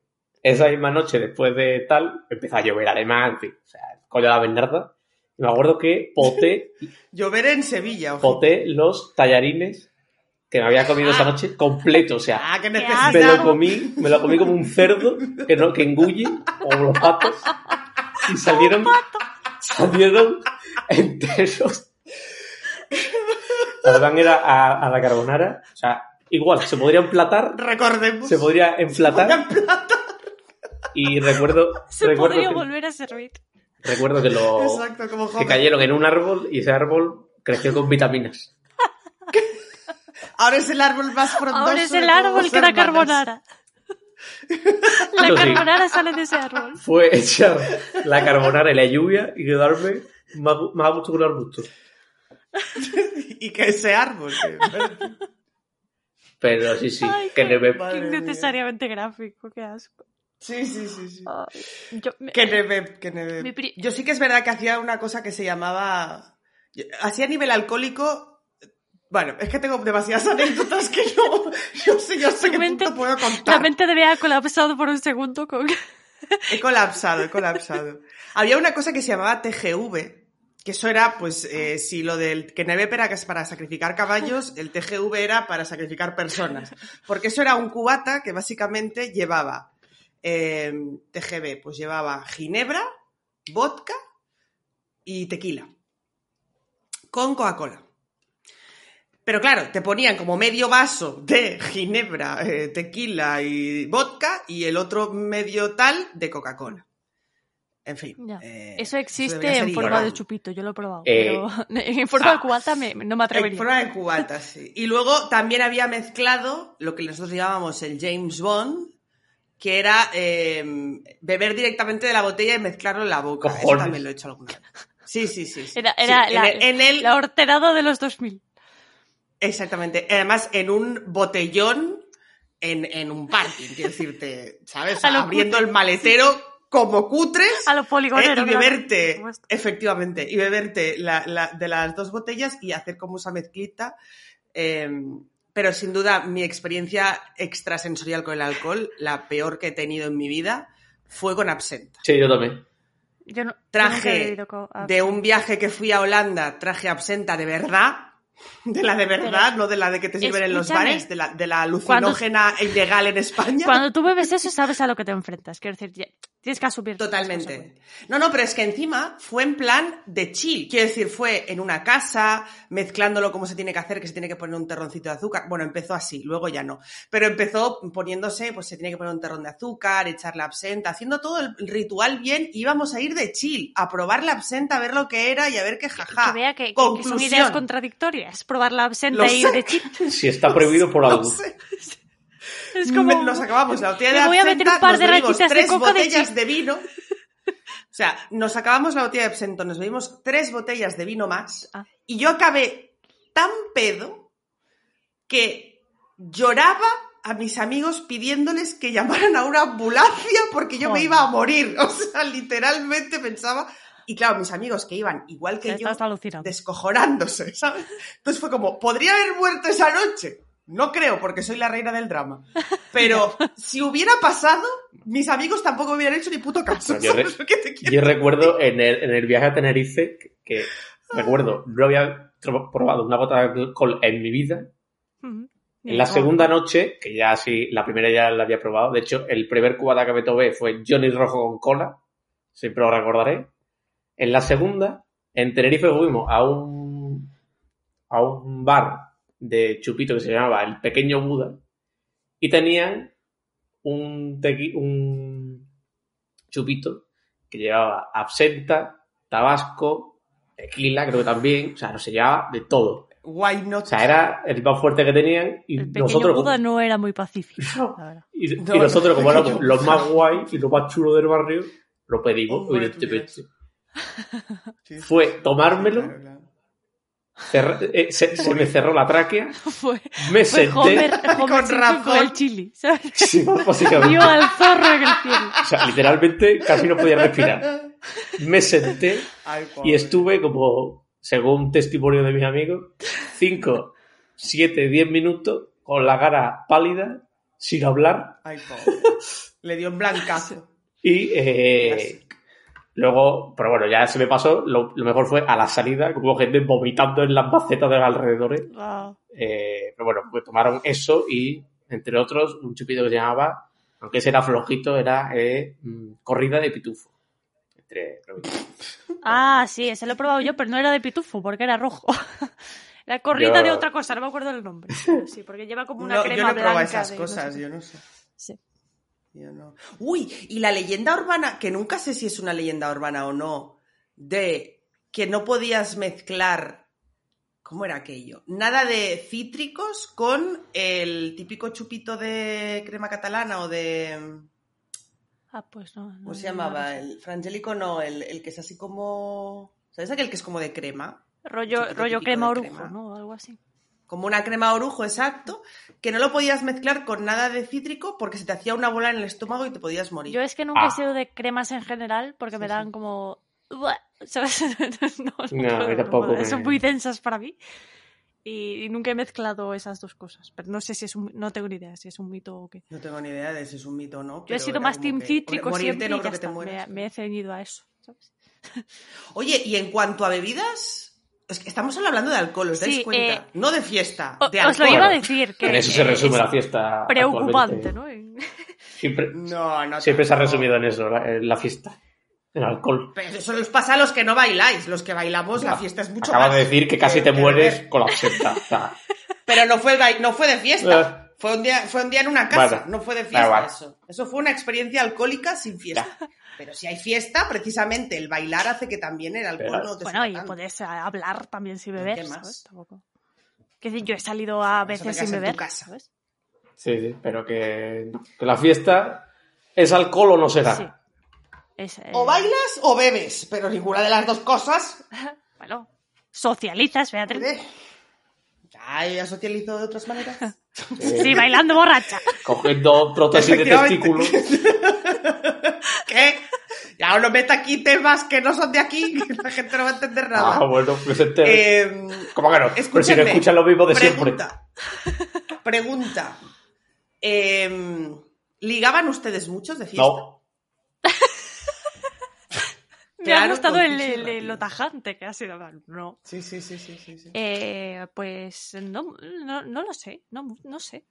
S3: esa misma noche después de tal, empezó a llover además, en fin, o sea, coño de la bernarda. Y me acuerdo que poté,
S2: Llover en Sevilla, ojo.
S3: poté los tallarines que me había comido esa noche completo, o sea,
S2: Ah, que
S1: asco.
S3: me
S2: necesidad.
S3: lo comí, me lo comí como un cerdo que, no, que engulle, o los patos, y salieron, salieron enteros. La verdad era a, a la carbonara, o sea, igual, se podría emplatar
S2: Recordemos.
S3: se podría enflatar
S2: plata.
S3: y recuerdo
S1: Se
S3: recuerdo,
S1: podría
S3: que,
S1: volver a servir.
S3: recuerdo que lo
S2: Exacto, como
S3: que
S2: joven.
S3: cayeron en un árbol y ese árbol creció con vitaminas
S2: Ahora es el árbol más frondoso.
S1: Ahora es
S2: de
S1: el
S2: todos
S1: árbol
S2: los
S1: que la
S2: hermanos.
S1: carbonara. La
S3: Eso sí.
S1: carbonara sale de ese árbol.
S3: fue echar la carbonara y la lluvia y quedarme más, gu- más a gusto que un arbusto
S2: Y que ese árbol. que-
S3: pero sí sí
S1: Ay,
S3: que
S1: qué-
S3: no me-
S2: Madre mía.
S1: Innecesariamente gráfico, qué asco.
S2: Sí, sí, sí. sí.
S1: Ay, yo me-
S2: Que neve, que neve.
S1: Mi pri-
S2: Yo sí que es verdad que hacía una cosa que se llamaba. Hacía a nivel alcohólico. Bueno, es que tengo demasiadas anécdotas que no. Yo sé, yo sé
S1: Tu
S2: qué
S1: mente-
S2: punto puedo
S1: La
S2: contar.
S1: mente de Bea ha colapsado por un segundo con...
S2: He colapsado, he colapsado. Había una cosa que se llamaba TGV, que eso era, pues, eh, si lo del que Nevep era que es para sacrificar caballos, el TGV era para sacrificar personas. Porque eso era un cubata que básicamente llevaba eh, TGV, pues llevaba ginebra, vodka y tequila. Con Coca-Cola. Pero claro, te ponían como medio vaso de ginebra, eh, tequila y vodka y el otro medio tal de Coca-Cola. En fin.
S1: Ya.
S2: eh,
S1: Eso existe
S2: debería ser
S1: en forma
S2: ilegal.
S1: de chupito, yo lo he probado.
S3: Eh,
S1: Pero en forma de cubata me- no me
S2: ah, En
S1: atrevería.
S2: forma de cubata, sí. Y luego también había mezclado lo que nosotros llamábamos el James Bond, que era eh, beber directamente de la botella y mezclarlo en la boca. Eso
S3: Cojones.
S2: también lo he hecho alguna vez. Sí, sí, sí. sí.
S1: Era- era
S2: Sí,
S1: la-
S2: en, el- en el,
S1: La horterada de los 2000.
S2: Exactamente. Además, en un botellón, en, en un parking, quiero decirte, ¿sabes? O sea,
S1: A lo
S2: abriendo el maletero como cutres
S1: A los poligoneros.
S2: eh, y
S1: claro,
S2: beberte,
S1: por supuesto.
S2: efectivamente, y beberte la, la- de las dos botellas y hacer como esa mezclita. eh, pero sin duda, mi experiencia extrasensorial con el alcohol, la peor que he tenido en mi vida, fue con absenta.
S3: Sí, yo también.
S1: Yo no- yo nunca
S2: Traje
S1: he bebido co- ah,
S2: De un viaje que fui a Holanda, traje absenta de verdad. De la de verdad, no de la de que te sirven en los
S1: escúchame,
S2: bares, de la, de la
S1: cuando-
S2: alucinógena e ilegal en España.
S1: Cuando tú bebes eso, sabes a lo que te enfrentas. Quiero decir, ya- tienes que asumir. las
S2: Totalmente.
S1: consecuencias.
S2: No, no, pero es que encima fue en plan de chill. Quiero decir, fue en una casa, mezclándolo como se tiene que hacer, que se tiene que poner un terroncito de azúcar. Bueno, empezó así, luego ya no. Pero empezó poniéndose, pues se tiene que poner un terrón de azúcar, echar la absenta, haciendo todo el ritual bien. y Íbamos a ir de chill, a probar la absenta, a ver lo que era y a ver qué jaja.
S1: Que vea que, que- que son
S2: Ah, Conclusión.
S1: ideas contradictorias. Probar la absenta
S2: Lo
S1: y ir
S2: sé.
S1: de chip.
S3: Si está prohibido por algo.
S2: No sé,
S1: Es como.
S2: Nos acabamos la botella
S1: me
S2: de
S1: voy a meter
S2: absenta,
S1: un par
S2: nos
S1: de
S2: bebimos
S1: rayitas de
S2: tres
S1: coco de
S2: botellas
S1: chip.
S2: de, vino. O sea, nos acabamos la botella de absenta, nos bebimos tres botellas de vino más.
S1: Ah.
S2: Y yo acabé tan pedo que lloraba a mis amigos pidiéndoles que llamaran a una ambulancia porque yo me
S1: Joder.
S2: iba a morir. O sea, literalmente pensaba. Y claro, mis amigos que iban igual que yo, este
S1: Estás alucinando.
S2: descojonándose, ¿sabes? Entonces fue como, podría haber muerto esa noche. No creo, porque soy la reina del drama. Pero si hubiera pasado, mis amigos tampoco me hubieran hecho ni puto caso.
S3: No, yo re-
S2: ¿sabes lo que te quiero?
S3: Yo recuerdo en el, en el viaje a Tenerife que, que recuerdo, no había tro- probado una botella de alcohol en mi vida.
S1: Ujú.
S3: En la
S1: Ni-
S3: segunda noche, que ya sí, la primera ya la había probado. De hecho, el primer cubata que me tomé fue Johnny Rojo con cola. Siempre lo recordaré. En la segunda, en Tenerife fuimos a un, a un bar de chupito que se llamaba El Pequeño Buda. Y tenían un, tequi- un chupito que llevaba absenta, tabasco, tequila, creo que también. O sea, no se llevaba de todo.
S2: Why not?
S3: O sea, era el más fuerte que tenían y
S1: El pequeño
S3: nosotros,
S1: Buda
S3: como-
S1: no era muy pacífico, la verdad.
S3: y, y
S2: No,
S3: nosotros como
S2: el
S3: éramos
S2: pequeño
S3: los
S2: Buda. Oh,
S3: más guay y los más chulos del barrio, lo pedimos.
S2: Hombre, tú
S3: evidentemente.
S2: Sí, sí,
S3: Fue
S2: sí,
S3: tomármelo.
S2: claro, claro.
S3: Cerré- eh, se, se me cerró la tráquea,
S1: Fue, fue
S3: me senté,
S1: Homer, Homer
S2: Con
S1: Simpson
S2: razón.
S1: con el chili. ¿sabes?
S3: Sí, básicamente.
S1: Vio al zorro en el cielo.
S3: o sea, literalmente casi no podía respirar. Me senté
S2: Ay,
S3: y
S2: pobre.
S3: estuve como, según testimonio de mis amigos, 5, 7, 10 minutos con la cara pálida, sin hablar
S2: Ay, pobre. Le dio un blancazo.
S3: Y eh, luego, pero bueno, ya se me pasó. Lo, lo mejor fue a la salida, que hubo gente vomitando en las macetas de los alrededores.
S1: Wow.
S3: Eh, pero bueno, pues tomaron eso y, entre otros, un chupito que se llamaba, aunque ese era flojito, era eh, mm, corrida de pitufo. Entre,
S1: Ah, sí, ese lo he probado yo, pero no era de pitufo, porque era rojo. La corrida
S3: Yo-
S1: de otra cosa, no me acuerdo el nombre. pero sí, porque lleva como una
S2: No,
S1: crema
S2: yo no he probado
S1: blanca
S2: esas
S1: de- no sé
S2: cosas,
S1: qué.
S2: yo no sé.
S1: Sí.
S2: Yo no. Uy, y la leyenda urbana, que nunca sé si es una leyenda urbana o no, de que no podías mezclar, ¿cómo era aquello? Nada de cítricos con el típico chupito de crema catalana o de...
S1: Ah, pues no. no,
S2: ¿Cómo se
S1: no, no
S2: llamaba?
S1: sé.
S2: El frangélico no, el, el que es así como... ¿Sabes aquel que es como de crema?
S1: Rollo,
S2: chupito
S1: rollo
S2: típico
S1: crema
S2: Este de
S1: orujo,
S2: crema.
S1: ¿no? Algo así.
S2: Como una crema orujo, exacto, que no lo podías mezclar con nada de cítrico porque se te hacía una bola en el estómago y te podías morir.
S1: Yo es que nunca
S3: Ah.
S1: he sido de cremas en general porque me
S2: Sí,
S1: dan
S2: sí.
S1: como. Buah, ¿Sabes? No, no
S3: No,
S1: puedo,
S3: yo
S1: no
S3: tampoco
S1: puedo.
S3: me-
S1: Son muy densas para mí. Y, y nunca he mezclado esas dos cosas. Pero no sé si es un. No tengo ni idea si es un mito o qué. Yo
S2: No tengo ni idea de si es un mito o no.
S1: he
S2: pero
S1: sido
S2: era
S1: más
S2: como
S1: team
S2: que,
S1: cítrico
S2: hombre, morirte
S1: siempre.
S2: no
S1: y ya
S2: creo que te
S1: está.
S2: mueras.
S1: me, me he ceñido a eso. ¿sabes?
S2: Oye, y en cuanto a bebidas, es que estamos solo hablando de alcohol, ¿os dais
S1: Sí,
S2: cuenta?
S1: eh,
S2: no de fiesta,
S1: O-
S2: de
S1: os lo
S2: alcohol.
S1: iba a
S3: Claro.
S1: decir. Que
S3: en eso se
S1: eh,
S3: resume
S1: es
S3: la fiesta.
S1: Preocupante,
S3: actualmente.
S1: ¿no? En-
S3: Siempre,
S2: No, no.
S3: siempre se ha
S2: tampoco.
S3: resumido en eso, la, en la fiesta. En alcohol.
S2: Pero eso nos pasa a los que no bailáis. Los que bailamos, la
S3: Ah,
S2: fiesta es mucho
S3: Acabas
S2: más
S3: de decir que casi te
S2: que
S3: mueres
S2: beber.
S3: con la fiesta. O sea,
S2: Pero no fue, bai- no fue de fiesta.
S3: Ah.
S2: Fue un, día, fue un día en una casa,
S3: Vale.
S2: no fue de
S3: Da
S2: fiesta
S3: igual.
S2: eso. Eso fue una experiencia alcohólica sin fiesta. Pero si hay fiesta, precisamente el bailar hace que también el alcohol
S3: Pero-
S2: no te
S1: Bueno,
S2: sepa
S1: y
S2: tanto.
S1: podés eh, hablar también sin beber,
S2: ¿Qué más?
S1: ¿sabes? Tampoco. Que decir, yo he salido a
S2: Sí,
S1: veces
S2: eso te quedas
S1: sin
S2: en tu
S1: beber,
S2: casa.
S1: ¿sabes?
S3: Sí, sí, pero que, no, que la fiesta es alcohol o no será.
S1: Sí. Es, eh,
S2: O bailas o bebes, pero ninguna de las dos cosas
S1: Bueno, socializas, Beatriz.
S2: Hombre. Ay, ya socializo de otras maneras.
S3: Eh,
S1: Sí, bailando borracha.
S3: Cogiendo prótesis de
S2: Efectivamente.
S3: testículo.
S2: ¿Qué? Ya no meta aquí temas que no son de aquí, que la gente no va a entender nada.
S3: Ah, bueno, pues este...
S2: Eh,
S3: ¿Cómo que no? Pero si no
S2: escúchame,
S3: escuchan lo mismo de siempre.
S2: pregunta. Pregunta. Eh, ¿Ligaban ustedes muchos de fiesta?
S3: No.
S1: Me ha
S2: Claro,
S1: gustado el,
S2: conciso y
S1: el- el- lo
S2: rápido.
S1: tajante que ha sido. No.
S2: Sí, sí, sí, sí, sí. sí.
S1: Eh, pues no, no, no lo sé. No, mu- no sé.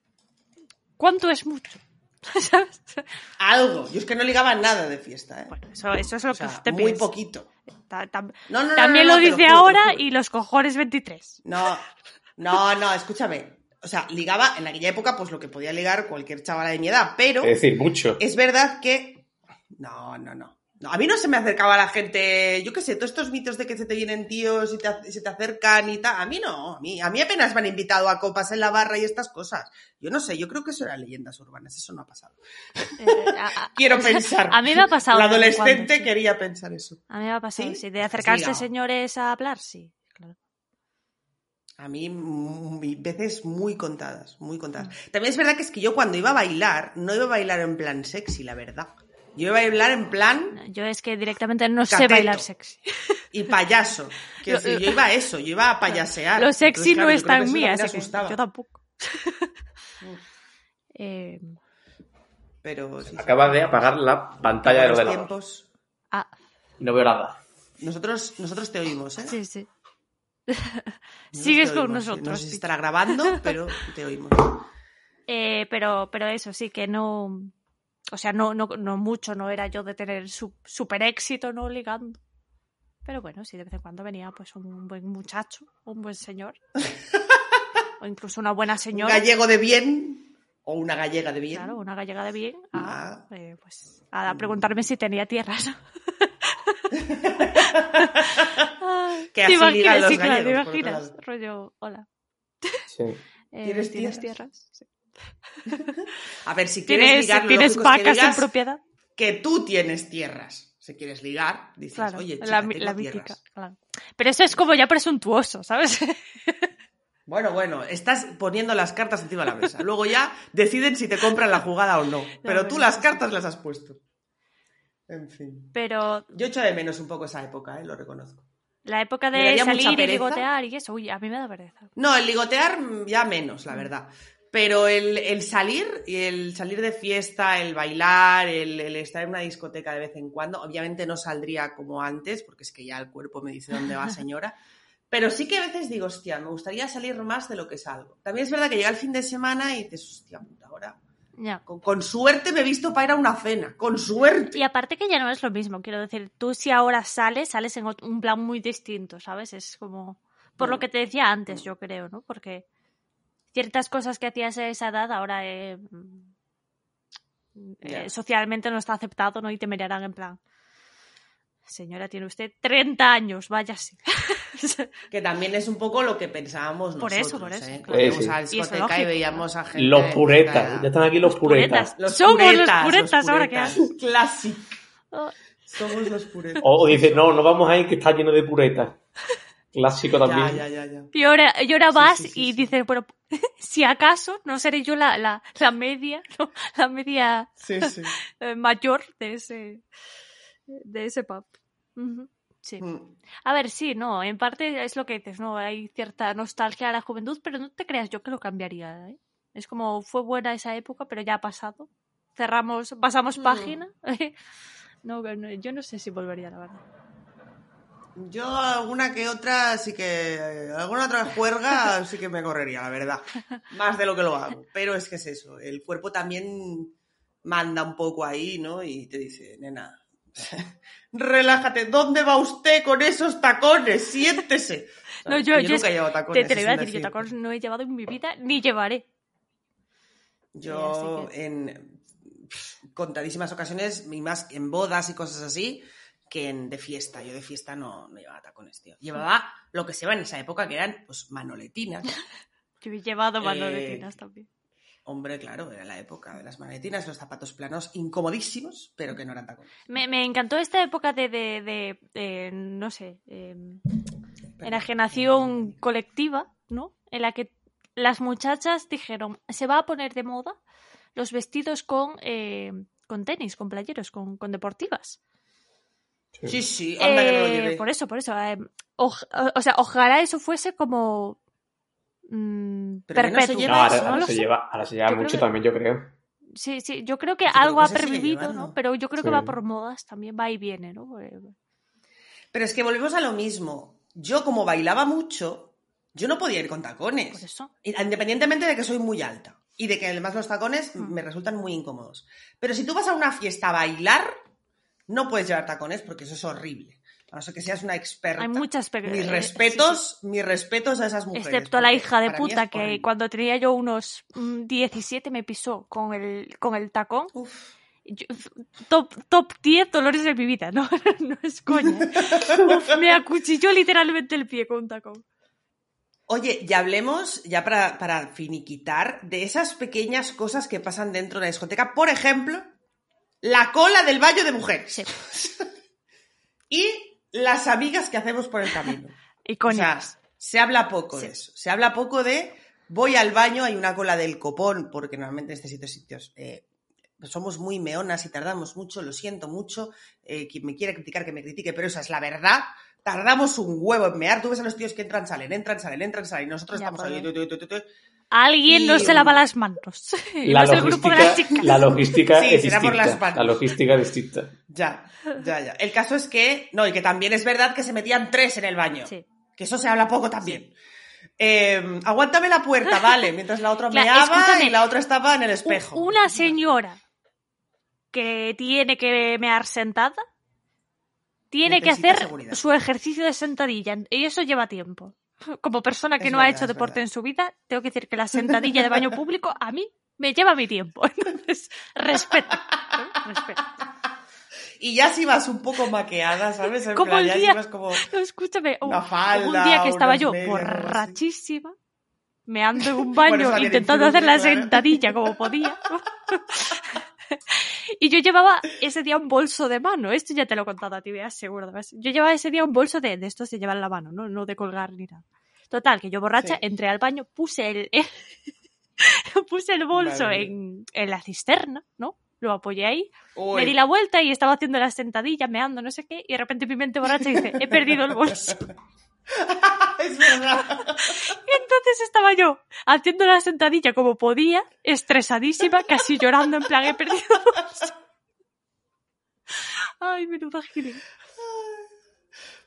S1: ¿Cuánto es mucho? ¿Sabes?
S2: Algo. Yo es que no ligaba nada de fiesta, ¿eh?
S1: Bueno, eso, eso es lo
S2: O sea,
S1: que usted
S2: muy
S1: piensa.
S2: poquito.
S1: Ta- tam-
S2: No, no, no,
S1: También
S2: no,
S1: lo
S2: no, Ah, te
S1: dice
S2: juro, te
S1: ahora
S2: juro.
S1: y los cojones 23.
S2: No, no, no, escúchame. O sea, ligaba en aquella época, pues lo que podía ligar cualquier chavala de mi edad, pero
S3: Es decir, mucho.
S2: es verdad que. No, no, no. No, a mí no se me acercaba la gente, yo qué sé, todos estos mitos de que se te vienen tíos y te, ac- se te acercan y tal. A mí no, a mí, a mí apenas me han invitado a copas en la barra y estas cosas. Yo no sé, yo creo que eso eran leyendas urbanas, eso no ha pasado.
S1: Eh, a, a-
S2: Quiero pensar.
S1: a mí me ha pasado.
S2: La
S1: de vez en cuando,
S2: adolescente
S1: sí.
S2: quería pensar eso.
S1: A mí me ha pasado,
S2: ¿Sí?
S1: sí. De
S2: Has
S1: acercarse
S2: ligado.
S1: señores a hablar, sí. Claro.
S2: A mí, mm, veces muy contadas, muy contadas. También es verdad que es que yo cuando iba a bailar, no iba a bailar en plan sexy, la verdad. Yo iba a bailar en plan
S1: Yo es que directamente no sé
S2: Cateto.
S1: bailar sexy.
S2: y payaso. Que
S1: Lo-
S2: si yo iba a eso, yo iba a payasear.
S1: Lo sexy
S2: Ah, Entonces, claro,
S1: no
S2: yo
S1: es
S2: creo que
S1: tan
S2: eso
S1: mía,
S2: también
S1: así que
S2: asustaba. Mm.
S1: yo tampoco. Eh,
S2: Pero sí, sí.
S3: Acaba de apagar la pantalla del
S2: Los
S3: ordenador.
S2: tiempos.
S1: ah,
S3: No veo nada.
S2: Nosotros, nosotros te oímos, ¿eh?
S1: sí, sí.
S2: Nosotros
S1: Sigues
S2: te
S1: con
S2: oímos. No
S1: nosotros,
S2: sé si
S1: sí.
S2: estará grabando, pero te oímos.
S1: Eh, pero, pero eso sí, que no. O sea, no, no, no mucho, no era yo de tener su, super éxito, ¿no? Ligando. Pero bueno, sí, de vez en cuando venía pues un buen muchacho, un buen señor. o incluso una buena
S2: Un
S1: señora.
S2: gallego de bien o una gallega de bien.
S1: Claro, una gallega de bien. A,
S2: Ah. Mm.
S1: eh, pues, a preguntarme si tenía tierras. Ay,
S2: Que así ligan los
S1: Ah, sí, claro, ¿Te
S2: gallegos, por otro
S1: imaginas?
S2: lado.
S1: Rollo, hola.
S3: Sí.
S1: eh,
S2: ¿Tienes
S1: ¿Tienes
S2: tierras?
S1: tierras? Sí.
S2: A ver, si quieres
S1: ¿Tienes,
S2: ligar, lo
S1: ¿tienes
S2: lógico es que
S1: vacas en
S2: digas-
S1: propiedad?
S2: que tú tienes tierras. Si quieres ligar, dices,
S1: Claro,
S2: oye, chica,
S1: la, mi-
S2: tengo
S1: la
S2: tierras.
S1: mítica. claro. Pero eso es como ya presuntuoso, ¿sabes?
S2: Bueno, bueno, estás poniendo las cartas encima de la mesa. Luego ya deciden si te compran la jugada o no. Pero tú
S1: bueno,
S2: las
S1: sí,
S2: cartas las has puesto. En fin.
S1: Pero
S2: Yo echo de menos un poco esa época, ¿eh? lo reconozco.
S1: la época
S2: Me
S1: de
S2: daría mucha
S1: salir y
S2: pereza.
S1: ligotear y eso, uy, a mí me da pereza.
S2: No, el ligotear mm, ya menos, la verdad. Pero el, el salir, y el salir de fiesta, el bailar, el, el estar en una discoteca de vez en cuando, obviamente no saldría como antes, porque es que ya el cuerpo me dice dónde va, señora. Pero sí que a veces digo, hostia, me gustaría salir más de lo que salgo. También es verdad que llega el fin de semana y dices, hostia, puta, ahora.
S1: Ya.
S2: Con, con suerte me he visto para ir a una cena, con suerte.
S1: Y aparte que ya no es lo mismo, quiero decir, tú si ahora sales, sales en ot- un plan muy distinto, ¿sabes? Es como, por
S2: Mm.
S1: lo que te decía antes, yo creo, ¿no? Porque ciertas cosas que hacías a esa edad ahora eh, mm, eh,
S2: Ya.
S1: socialmente no está aceptado, ¿no? Y te mirarán en plan, señora, tiene usted 30 años, váyase.
S2: Que también es un poco lo que pensábamos
S1: Por eso,
S2: nosotros.
S1: por eso,
S2: ¿eh?
S1: claro.
S2: Cuando íbamos
S3: Sí, sí.
S2: a la
S1: Y es
S2: discoteca y,
S1: lógico,
S2: veíamos a gente.
S3: Los puretas. Ya
S2: puta.
S3: están aquí los puretas.
S1: Puretas. Somos los puretas ahora que haces.
S2: Classic.
S1: Oh,
S2: Somos los puretas.
S3: O, o dice, no, no vamos a ir que está lleno de puretas. Clásico también.
S2: Ya, ya, ya, ya.
S1: Y ahora, y ahora
S2: Sí,
S1: vas
S2: sí, sí,
S1: y
S2: sí.
S1: dices, bueno, si acaso no seré yo la, la, la media, ¿no? la media
S2: Sí, sí.
S1: eh, mayor de ese, de ese pub. Ujú, Sí.
S2: Mm.
S1: A ver, sí, no, en parte es lo que dices, ¿no? Hay cierta nostalgia a la juventud, pero no te creas yo que lo cambiaría, ¿eh? Es como, fue buena esa época, pero ya ha pasado. Cerramos, pasamos
S2: Mm.
S1: página. ¿eh? No, no, yo no sé si volvería, la verdad.
S2: Yo alguna que otra sí que... Alguna otra juerga sí que me correría, la verdad. Más de lo que lo hago. Pero es que es eso. El cuerpo también manda un poco ahí, ¿no? Y te dice, nena, relájate. ¿Dónde va usted con esos tacones? Siéntese.
S1: No,
S2: ¿Sabes?
S1: yo-
S2: Que
S1: yo es
S2: nunca he llevado
S1: Te,
S2: tacones.
S1: te lo
S2: es
S1: iba a
S2: un
S1: decir, yo
S2: decir.
S1: tacones no he llevado en mi vida, ni llevaré.
S2: Yo
S1: así
S2: en pf, contadísimas ocasiones, y más en bodas y cosas así, que en de fiesta. Yo de fiesta no, no llevaba tacones, tío. Llevaba lo que se va en esa época, que eran pues manoletinas.
S1: Yo he llevado
S2: Eh,
S1: manoletinas también.
S2: Hombre, claro, era la época de las manoletinas, los zapatos planos incomodísimos, pero que no eran tacones.
S1: Me, me encantó esta época de, de- de- de, no sé, eh, enajenación colectiva, ¿no? En la que las muchachas dijeron, se va a poner de moda los vestidos con, eh, con tenis, con playeros, con, con deportivas.
S2: Sí, sí, anda que me lo
S1: Eh,
S2: llevé.
S1: por eso, por eso. eh, oj- o, o sea, ojalá eso fuese como mm,
S2: Pero menos se
S1: perpetuo.
S3: No,
S2: lleva
S3: ahora,
S2: eso,
S3: ahora
S1: No lo
S3: se
S1: sé.
S3: lleva, ahora se lleva
S1: Yo creo
S3: mucho
S1: que-
S3: también, yo creo.
S1: Sí, sí, yo creo que
S2: creo
S1: algo
S2: que
S1: ha
S2: se sigue
S1: pervivido,
S2: llevando.
S1: ¿no? Pero yo creo que
S3: Sí.
S1: va por modas también, va y viene, ¿no? Eh,
S2: Pero es que volvemos a lo mismo. Yo, como bailaba mucho, yo no podía ir con
S1: Por
S2: tacones.
S1: eso.
S2: Independientemente de que soy muy alta y de que además los tacones
S1: Mm.
S2: me resultan muy incómodos. Pero si tú vas a una fiesta a bailar, no puedes llevar tacones porque eso es horrible. A no ser que seas una experta.
S1: Hay muchas pe- eh,
S2: Mis
S1: sí,
S2: respetos, mis respetos a esas
S1: sí.
S2: mujeres.
S1: Excepto a la
S2: porque
S1: hija de
S2: para mí
S1: puta
S2: es
S1: que
S2: horrible.
S1: cuando tenía yo unos mm, 17 me pisó con el, con el tacón.
S2: Uf.
S1: Yo- top, top 10 dolores de mi vida, no, no es coña. Uf, me acuchilló literalmente el pie con un tacón.
S2: Oye, y hablemos, ya para, para finiquitar, de esas pequeñas cosas que pasan dentro de una discoteca. Por ejemplo, la cola del baño de mujeres.
S1: Sí.
S2: y las amigas que hacemos por el camino. O sea,
S1: Icónicas.
S2: se habla poco
S1: Sí.
S2: de eso. Se habla poco de voy al baño, hay una cola del copón, porque normalmente en este sitio sitios eh, somos muy meonas y tardamos mucho, lo siento mucho. eh, quien me quiera criticar, que me critique, pero esa es la verdad. Tardamos un huevo en mear. Tú ves a los tíos que entran, salen, entran, salen, entran, salen. y Nosotros
S1: Ya,
S2: estamos ahí.
S1: pero-
S2: tu, tu, tu, tu, tu.
S1: Alguien no
S2: y-
S1: se lava las manos. Y
S3: La
S1: no es el grupo de
S3: logística,
S1: las chicas.
S3: la logística
S2: Sí,
S3: es
S2: será por
S3: distinta.
S2: las patas.
S3: la logística es distinta.
S2: Ya, ya, ya. El caso es que, no, y que también es verdad que se metían tres en el baño.
S1: Sí.
S2: Que eso se habla poco también. Eh, aguántame la puerta, vale, mientras la otra
S1: Claro,
S2: meaba
S1: escúchame.
S2: y la otra estaba en el
S1: U-
S2: espejo.
S1: Una señora que tiene que mear sentada tiene que
S2: Necesita
S1: hacer
S2: seguridad.
S1: su ejercicio de sentadilla y eso lleva tiempo. Como persona que
S2: Es
S1: no ha
S2: verdad,
S1: hecho
S2: es
S1: deporte
S2: verdad.
S1: en su vida, tengo que decir que la sentadilla de baño público a mí me lleva mi tiempo. Entonces, respeto. ¿no? Respeto.
S2: Y ya si vas un poco maqueada, ¿sabes? En
S1: Como
S2: plan,
S1: el
S2: ya
S1: día-
S2: si vas como...
S1: No, escúchame, un,
S2: Una falda,
S1: un día que estaba
S2: unas
S1: yo
S2: medias, algo así.
S1: borrachísima, me ando en un
S2: Bueno,
S1: baño
S2: eso también
S1: intentando
S2: influye,
S1: hacer la
S2: claro.
S1: sentadilla como podía. y yo llevaba ese día un bolso de mano. Esto ya te lo he contado a ti, ¿verdad? seguro. ¿ves? Yo llevaba ese día un bolso de, de estos de llevar en la mano, ¿no? no de colgar ni nada. Total, que yo borracha
S2: Sí.
S1: entré al baño, puse el, puse el bolso
S2: Madre mía.
S1: en, en la cisterna, ¿no? Lo apoyé ahí
S2: Uy,
S1: me di la vuelta y estaba haciendo la sentadilla, meando, no sé qué, y de repente mi mente borracha dice, he perdido el bolso.
S2: es verdad.
S1: Y entonces estaba yo haciendo la sentadilla como podía, estresadísima, casi llorando en plan, he perdido el bolso. Ay, menuda gilipollas.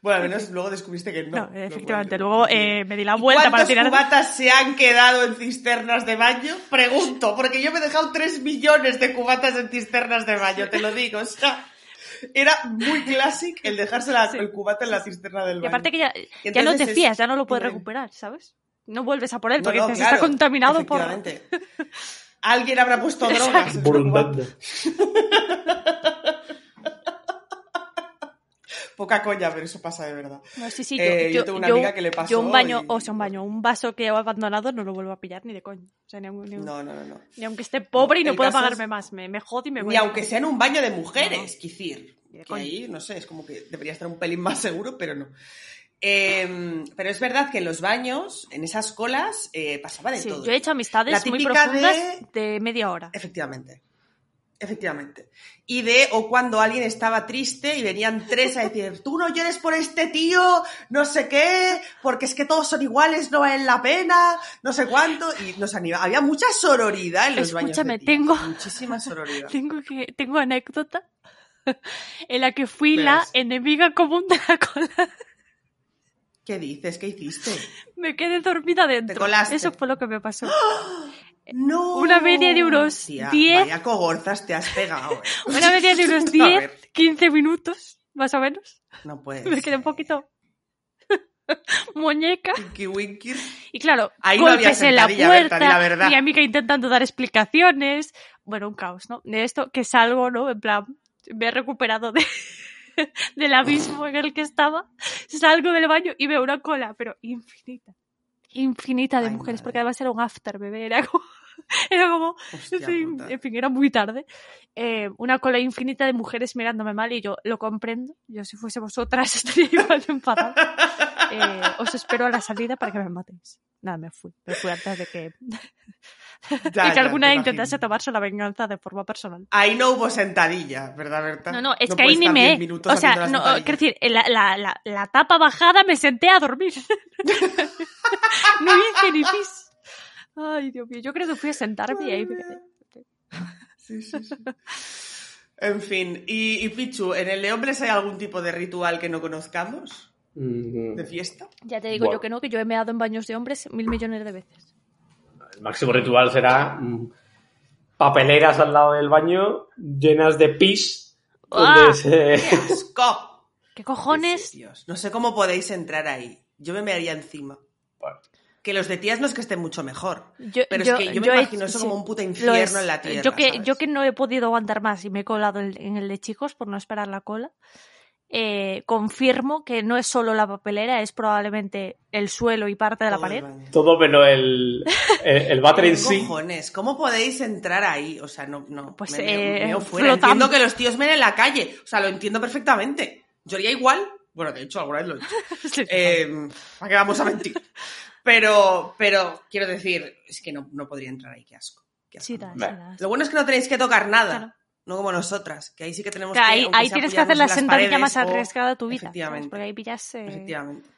S2: Bueno, al menos luego descubriste que no.
S1: No,
S2: no
S1: efectivamente,
S2: puede.
S1: luego eh, me di la
S2: ¿Y
S1: vuelta para
S2: ¿Cuántos
S1: tirar...
S2: cubatas se han quedado en cisternas de baño? Pregunto, porque yo me he dejado 3 millones de cubatas en cisternas de baño, te lo digo. O sea, era muy clásico el dejarse la-
S1: Sí.
S2: el cubata en la cisterna del
S1: Y
S2: baño.
S1: aparte que ya, ya
S2: Y
S1: no
S2: entonces
S1: te
S2: es-
S1: fías, ya no lo puedes
S2: Bueno.
S1: recuperar, ¿sabes? No vuelves a por él
S2: No,
S1: porque
S2: no,
S1: dices,
S2: claro,
S1: está contaminado por...
S2: efectivamente. Alguien habrá puesto drogas. en su cubata. Poca coña, pero eso pasa de verdad.
S1: No, sí, sí, yo,
S2: Eh, yo
S1: yo-
S2: tengo una
S1: yo-
S2: amiga que le pasó
S1: yo un baño,
S2: y-
S1: o sea, un baño, un vaso que he abandonado no lo vuelvo a pillar ni de coño. O sea, ni, aun- ni aun-
S2: No, no, no. no.
S1: ni aunque esté pobre y no
S2: El
S1: pueda
S2: caso
S1: pagarme
S2: es-
S1: más, me, me jode y me voy.
S2: Ni aunque sea en un baño de mujeres,
S1: No.
S2: quizir.
S1: Ni de
S2: Que
S1: coña.
S2: ahí, no sé, es como que debería estar un pelín más seguro, pero no. Eh, pero es verdad que en los baños, en esas colas, eh, pasaba de
S1: Sí,
S2: todo.
S1: yo he hecho
S2: La
S1: amistades muy
S2: típica
S1: profundas de... media hora.
S2: Efectivamente. Efectivamente. Y de, o cuando alguien estaba triste y venían tres a decir, tú no llores por este tío, no sé qué, porque es que todos son iguales, no valen la pena, no sé cuánto, y nos animaba. Había mucha sororidad en los baños.
S1: Escúchame,
S2: de tías,
S1: tengo-
S2: Muchísima sororidad.
S1: Tengo que tengo anécdota en la que fui
S2: Verás.
S1: la enemiga común de la cola.
S2: ¿Qué dices? ¿Qué hiciste?
S1: Me quedé dormida dentro.
S2: colaste. ¡Ah!
S1: Eso fue lo que me pasó.
S2: No.
S1: Una media de unos
S2: Tía,
S1: 10.
S2: Vaya cogorzas te has pegado. eh.
S1: Una media de unos
S2: A ver,
S1: 10, 15 minutos, más o menos.
S2: no puedes.
S1: Me quedé un poquito muñeca.
S2: Winky, winky.
S1: Y claro,
S2: Ahí no había
S1: golpes en la
S2: sentadilla, Berta,
S1: puerta,
S2: di la verdad.
S1: mi amiga intentando dar explicaciones. Bueno, un caos, ¿no? De esto que salgo, ¿no? En plan, me he recuperado de- del abismo en el que estaba. Salgo del baño y veo una cola, pero infinita. Infinita de
S2: Ay,
S1: mujeres,
S2: madre.
S1: porque además era un after, bebé. Era como. Era como en
S2: Hostia
S1: fin,
S2: puta.
S1: en fin, era muy tarde. Eh, una cola infinita de mujeres mirándome mal y yo lo comprendo. Yo si fuese vosotras estaría igual de enfadada. Eh, os espero a la salida para que me matéis. Nada, me fui. Me fui antes de que, y
S2: Ya,
S1: que
S2: ya,
S1: alguna
S2: te
S1: intentase
S2: imagino.
S1: tomarse la venganza de forma personal.
S2: Ahí no hubo sentadilla, ¿verdad, Berta?
S1: No, no, es que
S2: puedes
S1: ahí ni
S2: estar
S1: me...
S2: 10
S1: he-
S2: minutos
S1: O sea,
S2: haciendo la
S1: no,
S2: sentadilla.
S1: quiero decir, en la, la, la, la tapa bajada me senté a dormir. no hice ni pis. Ay, Dios mío, yo creo que fui a sentarme y ahí me quedé.
S2: Sí, sí, sí. En fin, y, y Pichu, ¿en el de hombres hay algún tipo de ritual que no conozcamos?
S3: Mm,
S2: ¿De fiesta?
S1: Ya te digo
S3: Bueno.
S1: yo que no, que yo he meado en baños de hombres mil millones de veces.
S3: El máximo ritual será mm, papeleras al lado del baño llenas de pis.
S1: ¡Ah!
S3: Donde se...
S2: ¡Asco!
S1: ¿Qué cojones?
S2: Sí, Dios, No sé cómo podéis entrar ahí. Yo me mearía encima.
S3: Bueno.
S2: Que los de tías no es que estén mucho mejor.
S1: Yo,
S2: Pero es que yo me
S1: he-
S2: imagino eso
S1: sí,
S2: como un puto
S1: lo
S2: infierno
S1: es.
S2: en la tierra.
S1: Yo que,
S2: ¿sabes?
S1: yo que no he podido aguantar más y me he colado en, en el de chicos por no esperar la cola, eh, confirmo que no es solo la papelera, es probablemente el suelo y parte de la
S2: Todo el
S1: pared.
S2: baño.
S3: Todo menos el, el, el váter en
S2: ¿Qué
S3: sí.
S2: cojones? ¿Cómo podéis entrar ahí? O sea, no, no.
S1: Pues,
S2: me meo-
S1: eh,
S2: meo fuera.
S1: flotam-
S2: Entiendo que los tíos ven en la calle. O sea, lo entiendo perfectamente. Yo haría igual. Bueno, de hecho, alguna vez lo he hecho.
S1: Sí,
S2: Eh, ¿Para qué vamos a mentir? Pero, pero quiero decir, es que no, no podría entrar ahí, qué asco. Qué asco.
S1: sí, da, sí,
S3: Bueno.
S1: da.
S2: Lo bueno es que no tenéis que tocar nada,
S1: Claro.
S2: no como nosotras, que ahí sí que tenemos
S1: Claro,
S2: que
S1: ahí,
S2: aunque
S1: ahí
S2: sea,
S1: tienes que hacer la
S2: apoyarnos en las
S1: sentadilla más
S2: paredes o-
S1: arriesgada de tu vida. ¿sabes?
S2: efectivamente.
S1: Porque ahí pillas eh,
S2: Efectivamente.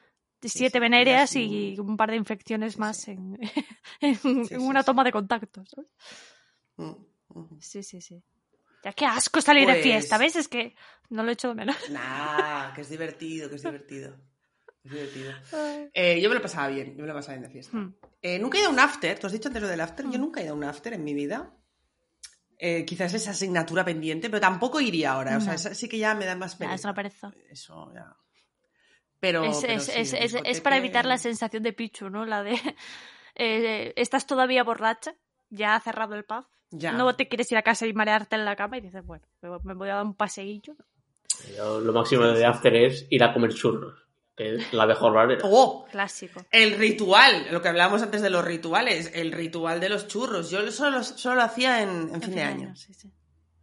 S1: siete
S2: sí,
S1: venéreas
S2: pillas un-
S1: y un par de infecciones
S2: Sí,
S1: más
S2: sí.
S1: en, en- en
S2: sí,
S1: una
S2: sí.
S1: toma de contacto. ¿sabes?
S2: Mm, mm.
S1: Sí, sí, sí. Ya qué asco salir de
S2: Pues-
S1: fiesta, ¿ves? Es que no lo he hecho de menos.
S2: Nah, que es divertido, que es divertido. Es divertido.
S1: Ay.
S2: Eh, yo me lo pasaba bien, yo me lo pasaba bien de fiesta.
S1: Hmm.
S2: Eh, nunca he ido a un after, ¿tú has dicho antes lo del after? Yo
S1: Mm.
S2: nunca he ido a un after en mi vida. Eh, quizás es asignatura pendiente, pero tampoco iría ahora. O sea,
S1: No.
S2: esa sí que ya me da más
S1: Ya,
S2: pereza.
S1: es una pereza.
S2: Eso ya. Pero.
S1: es,
S2: pero
S1: es-
S2: sí,
S1: es- es- es
S2: discoteca-
S1: para evitar la sensación de Pichu, ¿no? La de eh, estás todavía borracha, ya ha cerrado el pub,
S2: Ya.
S1: no te quieres ir a casa y marearte en la cama y dices, bueno, me me voy a dar un paseillo.
S3: Yo lo máximo de after es ir a comer churros. Que es la mejor manera.
S2: ¡Oh!
S1: Clásico.
S2: El ritual, lo que hablábamos antes de los rituales, el ritual de los churros. Yo solo, solo lo hacía en, en
S1: En
S2: fin de año.
S1: sí, sí.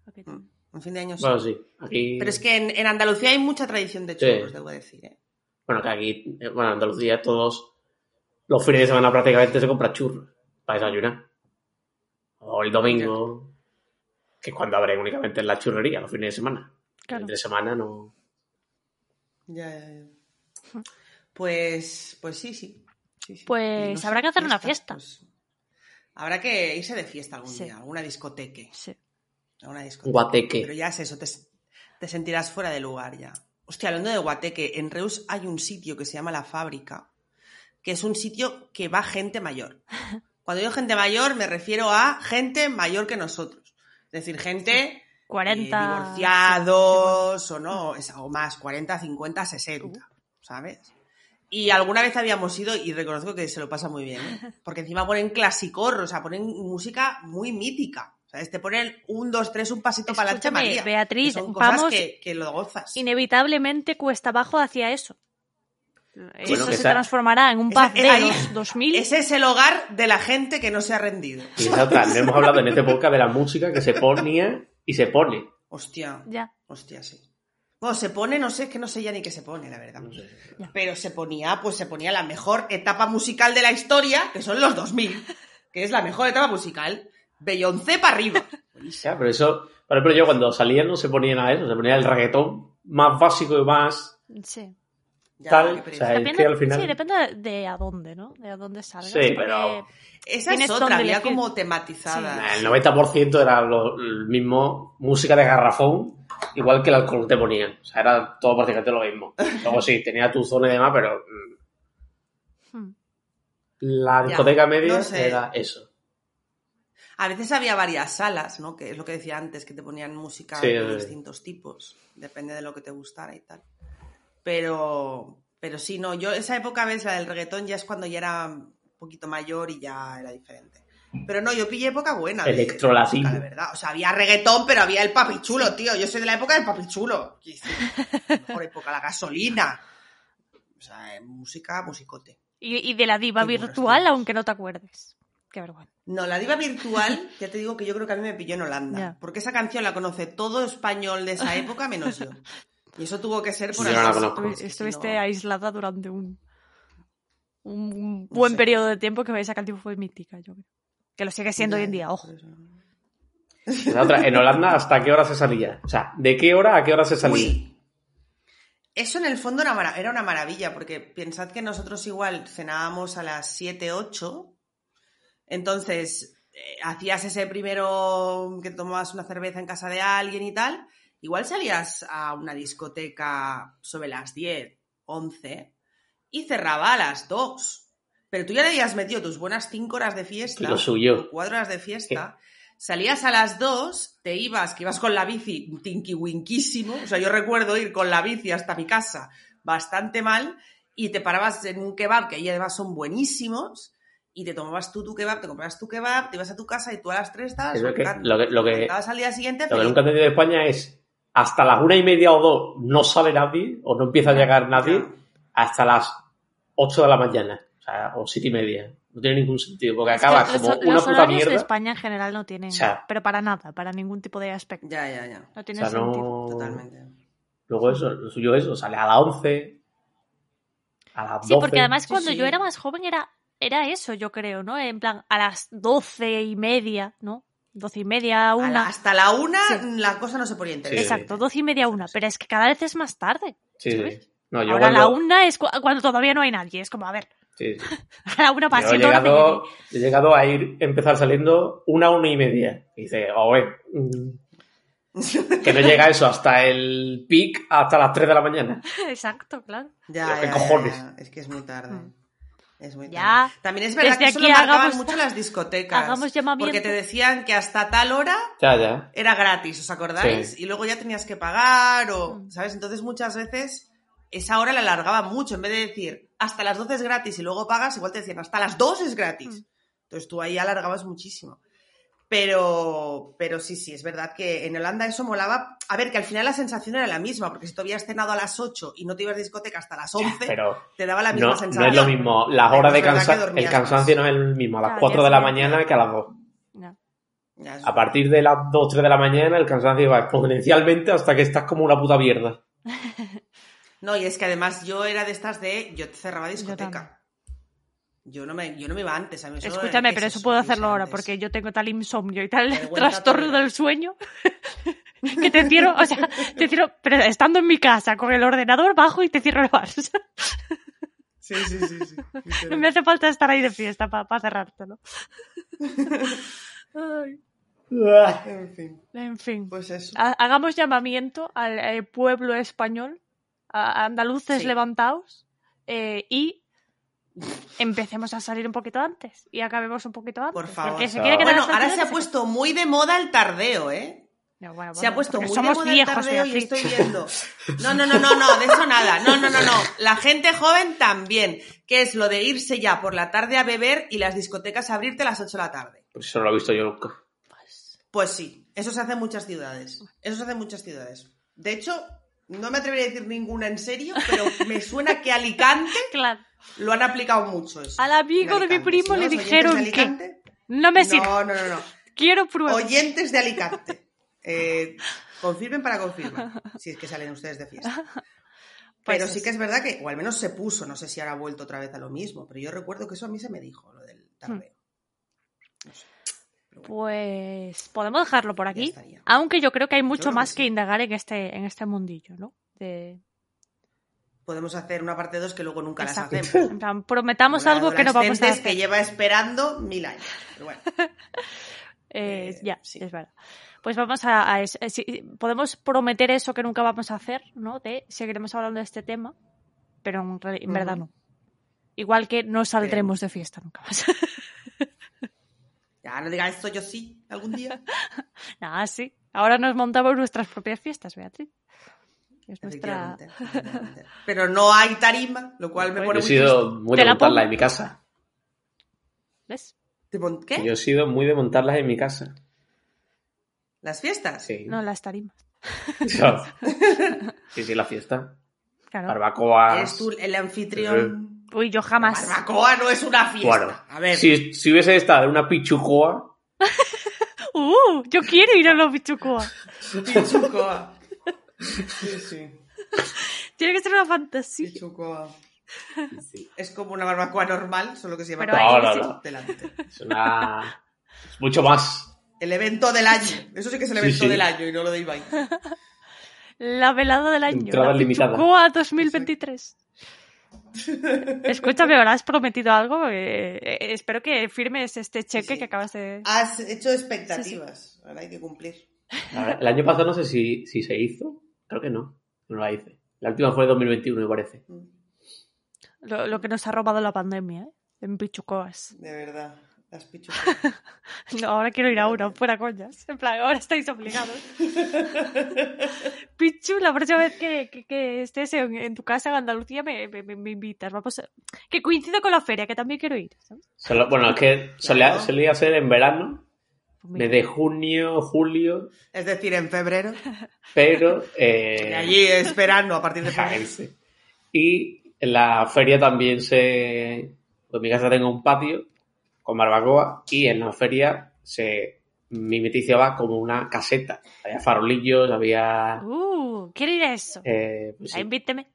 S1: Ok,
S2: Mm, En fin de año sí.
S3: Bueno, sí. Aquí...
S2: Pero es que en, en Andalucía hay mucha tradición de
S3: Sí.
S2: churros, debo decir. ¿eh?
S3: Bueno, que aquí, eh, bueno, en Andalucía todos los fines de semana prácticamente se compra churros para desayunar. O el domingo, que es cuando abre únicamente en la churrería, los fines de semana.
S1: Claro.
S3: Entre semana no.
S2: Ya, ya, ya. Pues, pues sí, sí. Sí, sí.
S1: Pues
S2: Y no sé,
S1: habrá que hacer una fiesta.
S2: pues, habrá que irse de fiesta algún
S1: Sí.
S2: día, alguna discoteque.
S1: Sí.
S2: a una discoteca.
S3: Guateque.
S2: Pero ya es eso, te, te sentirás fuera de lugar ya. Hostia, hablando de Guateque, en Reus hay un sitio que se llama La Fábrica, que es un sitio que va gente mayor. Cuando digo gente mayor, me refiero a gente mayor que nosotros. Es decir, gente eh,
S1: 40.
S2: divorciados o no, es- o más, 40, 50, 60,
S1: Uh.
S2: ¿sabes? Y alguna vez habíamos ido y reconozco que se lo pasa muy bien, ¿eh? porque encima ponen clasicor, o sea, ponen música muy mítica. ¿Sabes? Te ponen un, dos, tres, un pasito para adelante,
S1: Escúchame,
S2: María. que
S1: Beatriz,
S2: son cosas
S1: vamos-
S2: que, que lo gozas.
S1: Inevitablemente cuesta abajo hacia eso. eso
S3: que
S1: se
S3: esa-
S1: transformará en un
S2: Esa-
S1: pub de
S2: eh, ahí-
S1: los 2000.
S2: Ese es el hogar de la gente que no se ha rendido.
S3: Y esa otra, no hemos hablado en este podcast de la música que se ponía y se pone.
S2: Hostia,
S1: Ya.
S2: hostia, sí. Bueno, se pone, no sé, es que no sé ya ni qué se pone, la verdad.
S3: No sé.
S2: pero se ponía, pues se ponía la mejor etapa musical de la historia, que son los 2000, que es la mejor etapa musical, Beyoncé para arriba.
S3: Ya, pero eso, por ejemplo, yo cuando salía no se ponía nada de eso, se ponía el reggaetón más básico y más
S1: Sí.
S2: Ya,
S3: tal.
S2: qué
S3: O
S2: pereza.
S3: sea, es que al final.
S1: sí, depende de a dónde, ¿no? De a dónde salgas.
S3: Sí,
S1: porque-
S3: pero-
S2: Esa es
S1: tienes
S2: otra,
S1: donde
S2: había
S1: elegir.
S2: como tematizada.
S3: El 90% era lo, el mismo música de garrafón, igual que el alcohol que te ponían. O sea, era todo prácticamente lo mismo. Luego sí, tenía tu zona y demás, pero mm,
S1: Hmm.
S3: la discoteca media
S2: no sé.
S3: era eso.
S2: A veces había varias salas, ¿no? Que es lo que decía antes, que te ponían música
S3: Sí,
S2: de
S3: sí.
S2: distintos tipos, depende de lo que te gustara y tal. Pero, pero sí, no, yo esa época, ves, la del reggaetón ya es cuando ya era un poquito mayor y ya era diferente. Pero no, yo pillé época buena. de- de
S3: Electrolatino.
S2: música, La verdad. O sea, había reggaetón, pero había el papichulo, tío. Yo soy de la época del papichulo. Quiero decir, la Mejor época, la gasolina. O sea, eh, música, musicote.
S1: Y, y de la diva
S2: Qué buenos
S1: virtual,
S2: tiempos.
S1: aunque no te acuerdes. Qué vergüenza.
S2: No, la diva virtual, ya te digo que yo creo que a mí me pilló en Holanda.
S1: Ya.
S2: Porque esa canción la conoce todo español de esa época menos yo. Y eso tuvo que ser por
S3: Yo no la
S2: algo así,
S3: conozco.
S2: porque Ah, es que si
S1: Estuviste
S2: no-
S1: aislada durante un, un buen
S2: sé.
S1: periodo de tiempo que esa canción fue mítica, yo creo. Que lo sigue siendo hoy en día, ojo.
S2: Pues,
S3: La otra, en Holanda, ¿hasta qué hora se salía? O sea, ¿de qué hora a qué hora se salía?
S2: Uy. Eso en el fondo era mara- era una maravilla, porque pensad que nosotros igual cenábamos a las 7, 8, entonces eh, hacías ese primero que tomabas una cerveza en casa de alguien y tal, igual salías a una discoteca sobre las 10, 11 y cerraba a las 2. Pero tú ya le habías metido tus buenas 5 horas de fiesta.
S3: Lo suyo.
S2: 4 horas de fiesta. Salías a las 2, te ibas, que ibas con la bici tinkiwinquísimo. O sea, yo recuerdo ir con la bici hasta mi casa bastante mal y te parabas en un kebab, que ahí además son buenísimos, y te tomabas tú tu kebab, te comprabas tu kebab, te ibas a tu casa y tú a las 3 estabas
S3: Es lo que-
S2: roncando.
S3: lo que- lo que-
S2: Estabas al día siguiente
S3: Lo que
S2: feliz.
S3: nunca he entendido de España es hasta las una y media o dos no sale nadie o no empieza a llegar nadie
S2: Ya.
S3: hasta las 8 de la mañana o, sea, o siete y media. No tiene ningún sentido porque
S1: Es que
S3: acaba
S1: los-
S3: como
S1: los
S3: una puta
S1: horarios de
S3: mierda.
S1: España en general no tienen,
S3: O sea-
S1: pero para nada, para ningún tipo de aspecto.
S2: Ya, ya, ya.
S1: No
S3: O
S1: tiene
S3: sea, no-
S1: sentido.
S2: Totalmente.
S3: Luego eso, lo suyo es eso, sale a las 11, a las 12.
S1: Sí, porque además
S2: Sí,
S1: cuando
S2: sí.
S1: yo era más joven era, era eso, yo creo, ¿no? En plan, a las doce y media, ¿no? Doce y media,
S2: A la-
S1: una.
S2: hasta la una
S1: Sí.
S2: la cosa no se ponía interesante.
S1: Exacto, doce y media, una. Pero es que cada vez es más tarde.
S3: Sí, sí.
S1: ¿sabes?
S3: No, yo
S1: Ahora a la
S3: cuando-
S1: una es cu- cuando todavía no hay nadie. Es como, a ver,
S3: sí, sí.
S1: a la una
S3: Yo he
S1: pasito
S3: llegado, he llegado a ir, empezar saliendo una, una y media. Y dice, oye, mm, que no llega eso hasta el peak, hasta las 3 de la mañana.
S1: Exacto, claro.
S2: Ya,
S3: Pero qué
S2: ya, ya,
S3: cojones.
S2: ya. Es que es muy tarde.
S1: Mm.
S2: Es muy
S1: Ya.
S2: tarde. También es verdad
S1: Desde
S2: que eso lo
S1: aquí
S2: marcaban
S1: hagamos-
S2: mucho las discotecas.
S1: hagamos llamamiento.
S2: Porque te decían que hasta tal hora
S3: Ya, ya.
S2: era gratis, ¿os acordáis?
S3: Sí.
S2: Y luego ya tenías que pagar o,
S1: Mm.
S2: ¿sabes? Entonces muchas veces esa hora la alargaba mucho. En vez de decir hasta las 12 es gratis y luego pagas, igual te decían hasta las 2 es gratis.
S1: Mm.
S2: Entonces tú ahí alargabas muchísimo. Pero, pero sí, sí, es verdad que en Holanda eso molaba. A ver, que al final la sensación era la misma, porque si tú habías cenado a las 8 y no te ibas a discoteca hasta las 11,
S3: Pero
S2: te daba la misma
S3: no,
S2: sensación.
S3: no es lo mismo. Las
S2: Pero
S3: horas de
S2: es verdad que
S3: cansancio, el
S2: dormías
S3: cansancio
S2: más.
S3: no es el mismo a las
S1: Claro,
S3: 4
S1: ya
S3: de la
S1: sí.
S3: mañana que a las 2.
S1: No.
S2: Ya, eso
S3: A partir de las 2, 3 de la mañana, el cansancio va exponencialmente hasta que estás como una puta mierda.
S2: No, y es que además yo era de estas de yo cerraba
S1: también.
S2: discoteca. Yo no me, yo no me iba antes. A mí eso-
S1: Escúchame,
S2: ¿qué
S1: pero
S2: es
S1: eso puedo
S2: ¿Qué es
S1: hacerlo ahora
S2: antes?
S1: porque yo tengo tal insomnio y tal
S2: Vergüenza
S1: trastorno
S2: torera.
S1: del sueño que te cierro, o sea, te cierro, pero estando en mi casa con el ordenador bajo y te cierro el bar. o sea,
S2: Sí, sí, sí, sí.
S1: no me hace falta estar ahí de fiesta para cerrártelo. Ay,
S3: Pues
S2: Ah, En fin,
S1: en fin,
S2: pues eso.
S1: Ha- hagamos llamamiento al eh, pueblo español, a a andaluces
S2: Sí.
S1: levantaos eh, y empecemos a salir un poquito antes y acabemos un poquito antes.
S2: Por favor.
S1: Porque se quiere quedar
S2: Bueno,
S1: hasta el
S2: ahora
S1: final
S2: se ha
S1: que
S2: puesto muy de moda el tardeo, ¿eh?
S1: No, bueno,
S2: Se
S1: Ah,
S2: ha
S1: bueno,
S2: puesto
S1: porque
S2: muy de
S1: somos
S2: moda
S1: viejos,
S2: el tardeo y
S1: Beatriz.
S2: estoy viendo. No, no, no, no, no, de eso nada. No, no, no, no. La gente joven también, que es lo de irse ya por la tarde a beber y las discotecas a abrirte a las 8 de la tarde.
S3: Pues eso no lo he visto yo nunca.
S2: Pues sí, eso se hace en muchas ciudades. Eso se hace en muchas ciudades. De hecho, no me atrevería a decir ninguna en serio, pero me suena que Alicante
S1: Claro.
S2: lo han aplicado mucho. eso.
S1: Al amigo
S2: En
S1: de mi
S2: Alicante.
S1: primo
S2: Si no,
S1: le
S2: los oyentes
S1: dijeron
S2: de
S1: que-
S2: Alicante-
S1: No me sirve.
S2: No, no, no, no.
S1: Quiero pruebas.
S2: Oyentes de Alicante. Eh, confirmen para confirmar, si es que salen ustedes de fiesta.
S1: Pues
S2: Pero sí
S1: eso.
S2: que es verdad que, o al menos se puso, no sé si ahora ha vuelto otra vez a lo mismo, pero yo recuerdo que eso a mí se me dijo, lo del
S1: Hmm,
S2: tardeo.
S1: Pues podemos dejarlo por
S2: Ya
S1: aquí.
S2: estaría.
S1: Aunque yo creo que hay mucho
S2: creo que
S1: más que
S2: sí.
S1: indagar en este, en este mundillo, ¿no? De...
S2: Podemos hacer una parte 2 que luego nunca
S1: Exacto.
S2: las hacemos.
S1: En plan, prometamos
S2: Como la
S1: algo que no vamos a
S2: adolescentes
S1: hacer.
S2: que lleva esperando mil años. Pero bueno,
S1: Eh,
S2: eh,
S1: ya,
S2: sí.
S1: es verdad. Pues vamos a, a es- eh, sí, podemos prometer eso que nunca vamos a hacer, ¿no? De seguiremos hablando de este tema, pero en, re- en
S2: Ujú.
S1: verdad no. Igual que no saldremos de fiesta nunca más.
S2: ya no digas esto yo sí algún día.
S1: Nada, sí. Ahora nos montamos nuestras propias fiestas, Beatriz. Es nuestra...
S2: Efectivamente, efectivamente. Pero no hay tarima, lo cual me
S1: Bueno,
S2: pone
S3: Yo he
S2: muy
S3: sido muy de
S1: Te la
S3: montarlas
S1: pongo.
S3: en mi casa.
S1: ¿Ves?
S2: triste. ¿Te pon-
S3: Yo
S2: ¿Qué?
S3: he sido muy de montarlas en mi casa.
S2: ¿Las fiestas?
S3: Sí.
S1: No, las tarimas.
S3: Eso. sí, sí, la fiesta.
S1: Claro.
S2: ¿Eres
S3: Barbacoas.
S2: tú el anfitrión?
S1: Uy, yo jamás.
S2: Barbacoa no es una fiesta.
S3: Bueno,
S2: A ver,
S3: si, si hubiese estado en una pichucoa,
S1: Uh, yo quiero ir a los Pichucoa.
S2: pichucoa. Sí, sí,
S1: Tiene que ser una fantasía.
S2: pichucoa. Es como una barbacoa normal, solo que se lleva
S1: Pero ahí
S3: No, no,
S1: sí.
S3: no.
S2: delante.
S3: es una, Mucho más.
S2: El evento del año. Eso sí que es el
S3: Sí,
S2: evento
S3: sí.
S2: del año y no lo de Ibai.
S1: La velada del año.
S3: Entrada
S1: la
S3: limitada.
S1: Pichucoa 2023. Escúchame, ahora has prometido algo. Eh, eh, espero que firmes este cheque
S2: Sí, Ah. sí.
S1: que acabas de.
S2: Has hecho expectativas. Ahora hay que cumplir.
S3: A ver, El año pasado no sé si, si se hizo. Creo que no. No la hice. La última fue en 2021, me parece.
S2: Mm,
S1: Lo, lo que nos ha robado la pandemia, ¿eh? En pichucoas.
S2: De verdad. Las pichucas.
S1: No, ahora quiero ir a uno, fuera coñas. En plan, ahora estáis obligados. Pichu, la próxima vez que, que- que estés en, en tu casa en Andalucía me, me- me- me invitas. Vamos a- Que coincido con la feria, que también quiero ir. ¿sabes?
S3: Solo- bueno, es que solía, solía ser en verano,
S1: Pues mira.
S3: desde junio, julio,
S2: Es decir, en febrero.
S3: pero... eh,
S2: Y allí es verano a partir de febrero.
S3: Jaense. Y en la feria también se. Pues en mi casa tengo un patio con barbacoa y en la feria se mimetizaba como una caseta. Había farolillos, había.
S1: Uh, quiero ir a eso.
S3: eh, pues sí,
S1: Ah, Invíteme.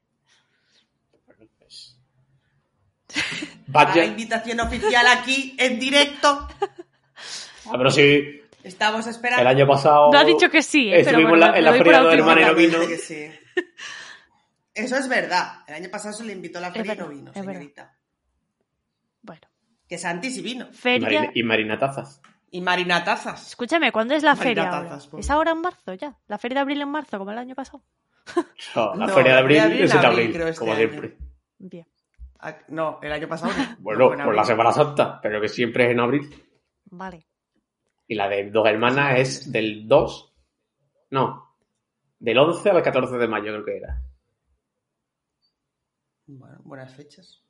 S3: pues-
S2: La
S3: Vaya,
S2: invitación oficial aquí en directo.
S3: Ah, pero sí,
S2: Estamos esperando.
S3: el año pasado.
S1: No ha dicho que sí, ¿eh? pero
S3: Estuvimos
S1: bueno,
S3: en la-
S1: lo-
S3: en la
S1: lo doy por
S3: feria
S1: auténtico.
S3: de Hermanero
S2: También
S3: vino.
S2: dice que sí. Eso es verdad. El año pasado se le invitó a la feria y
S1: verdad,
S2: no vino,
S1: es verdad.
S2: señorita.
S1: Bueno,
S2: Que Santi sí vino.
S3: Y,
S1: feria.
S3: Marina- y marinatazas.
S2: Y Marina Tazas.
S1: Escúchame, ¿cuándo es la
S2: Marina
S1: feria? ahora?
S2: Tazas, por-
S1: Es ahora en marzo ya. La feria de abril en marzo, como el año pasado.
S3: No, la
S2: No,
S3: feria
S2: la feria
S3: de abril,
S2: de abril,
S3: es en
S2: abril,
S3: abril,
S2: creo, este
S3: como
S2: año.
S3: siempre.
S1: Bien.
S2: Ah, No, el año pasado. no.
S3: Bueno,
S2: No fue en
S3: por la
S2: abril.
S3: Semana Santa, pero que siempre es en abril.
S1: Vale.
S3: Y la de Dos Hermanas es del 2. No. Del 11 al 14 de mayo, creo que era.
S2: Bueno, buenas fechas.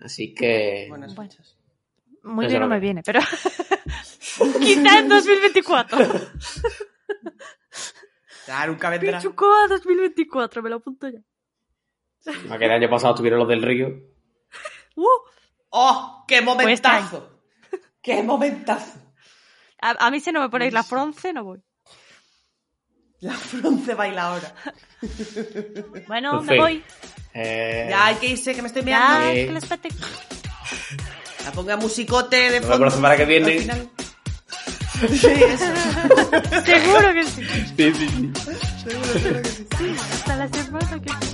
S3: Así que.
S2: Buenas
S1: Bueno.
S2: fechas.
S1: Muy bien
S3: Eso Pues lo
S1: no me
S3: veo.
S1: viene, pero. Quizá en 2024.
S2: Claro, nunca vendrá.
S1: Pichucoa 2024, me lo apunto ya.
S3: a que el año pasado estuvieron los del Río.
S1: Uh,
S2: ¡Oh! ¡Qué
S1: momentazo!
S2: momentazo! ¡Qué momentazo!
S1: a, a mí si no me ponéis la fronce, no voy.
S2: La fronce baila ahora.
S1: Bueno, me
S3: Perfecto.
S1: voy.
S3: Eh,
S2: Ya hay que irse, que me estoy mirando.
S1: Ya,
S3: Eh.
S1: es que les pate.
S2: La ponga musicote de
S3: Nos vemos
S2: fondo.
S3: la semana que viene.
S2: Al final. Sí, eso.
S1: Seguro que sí.
S3: sí, sí, sí.
S2: Seguro, seguro que sí.
S1: Hasta la semana que viene.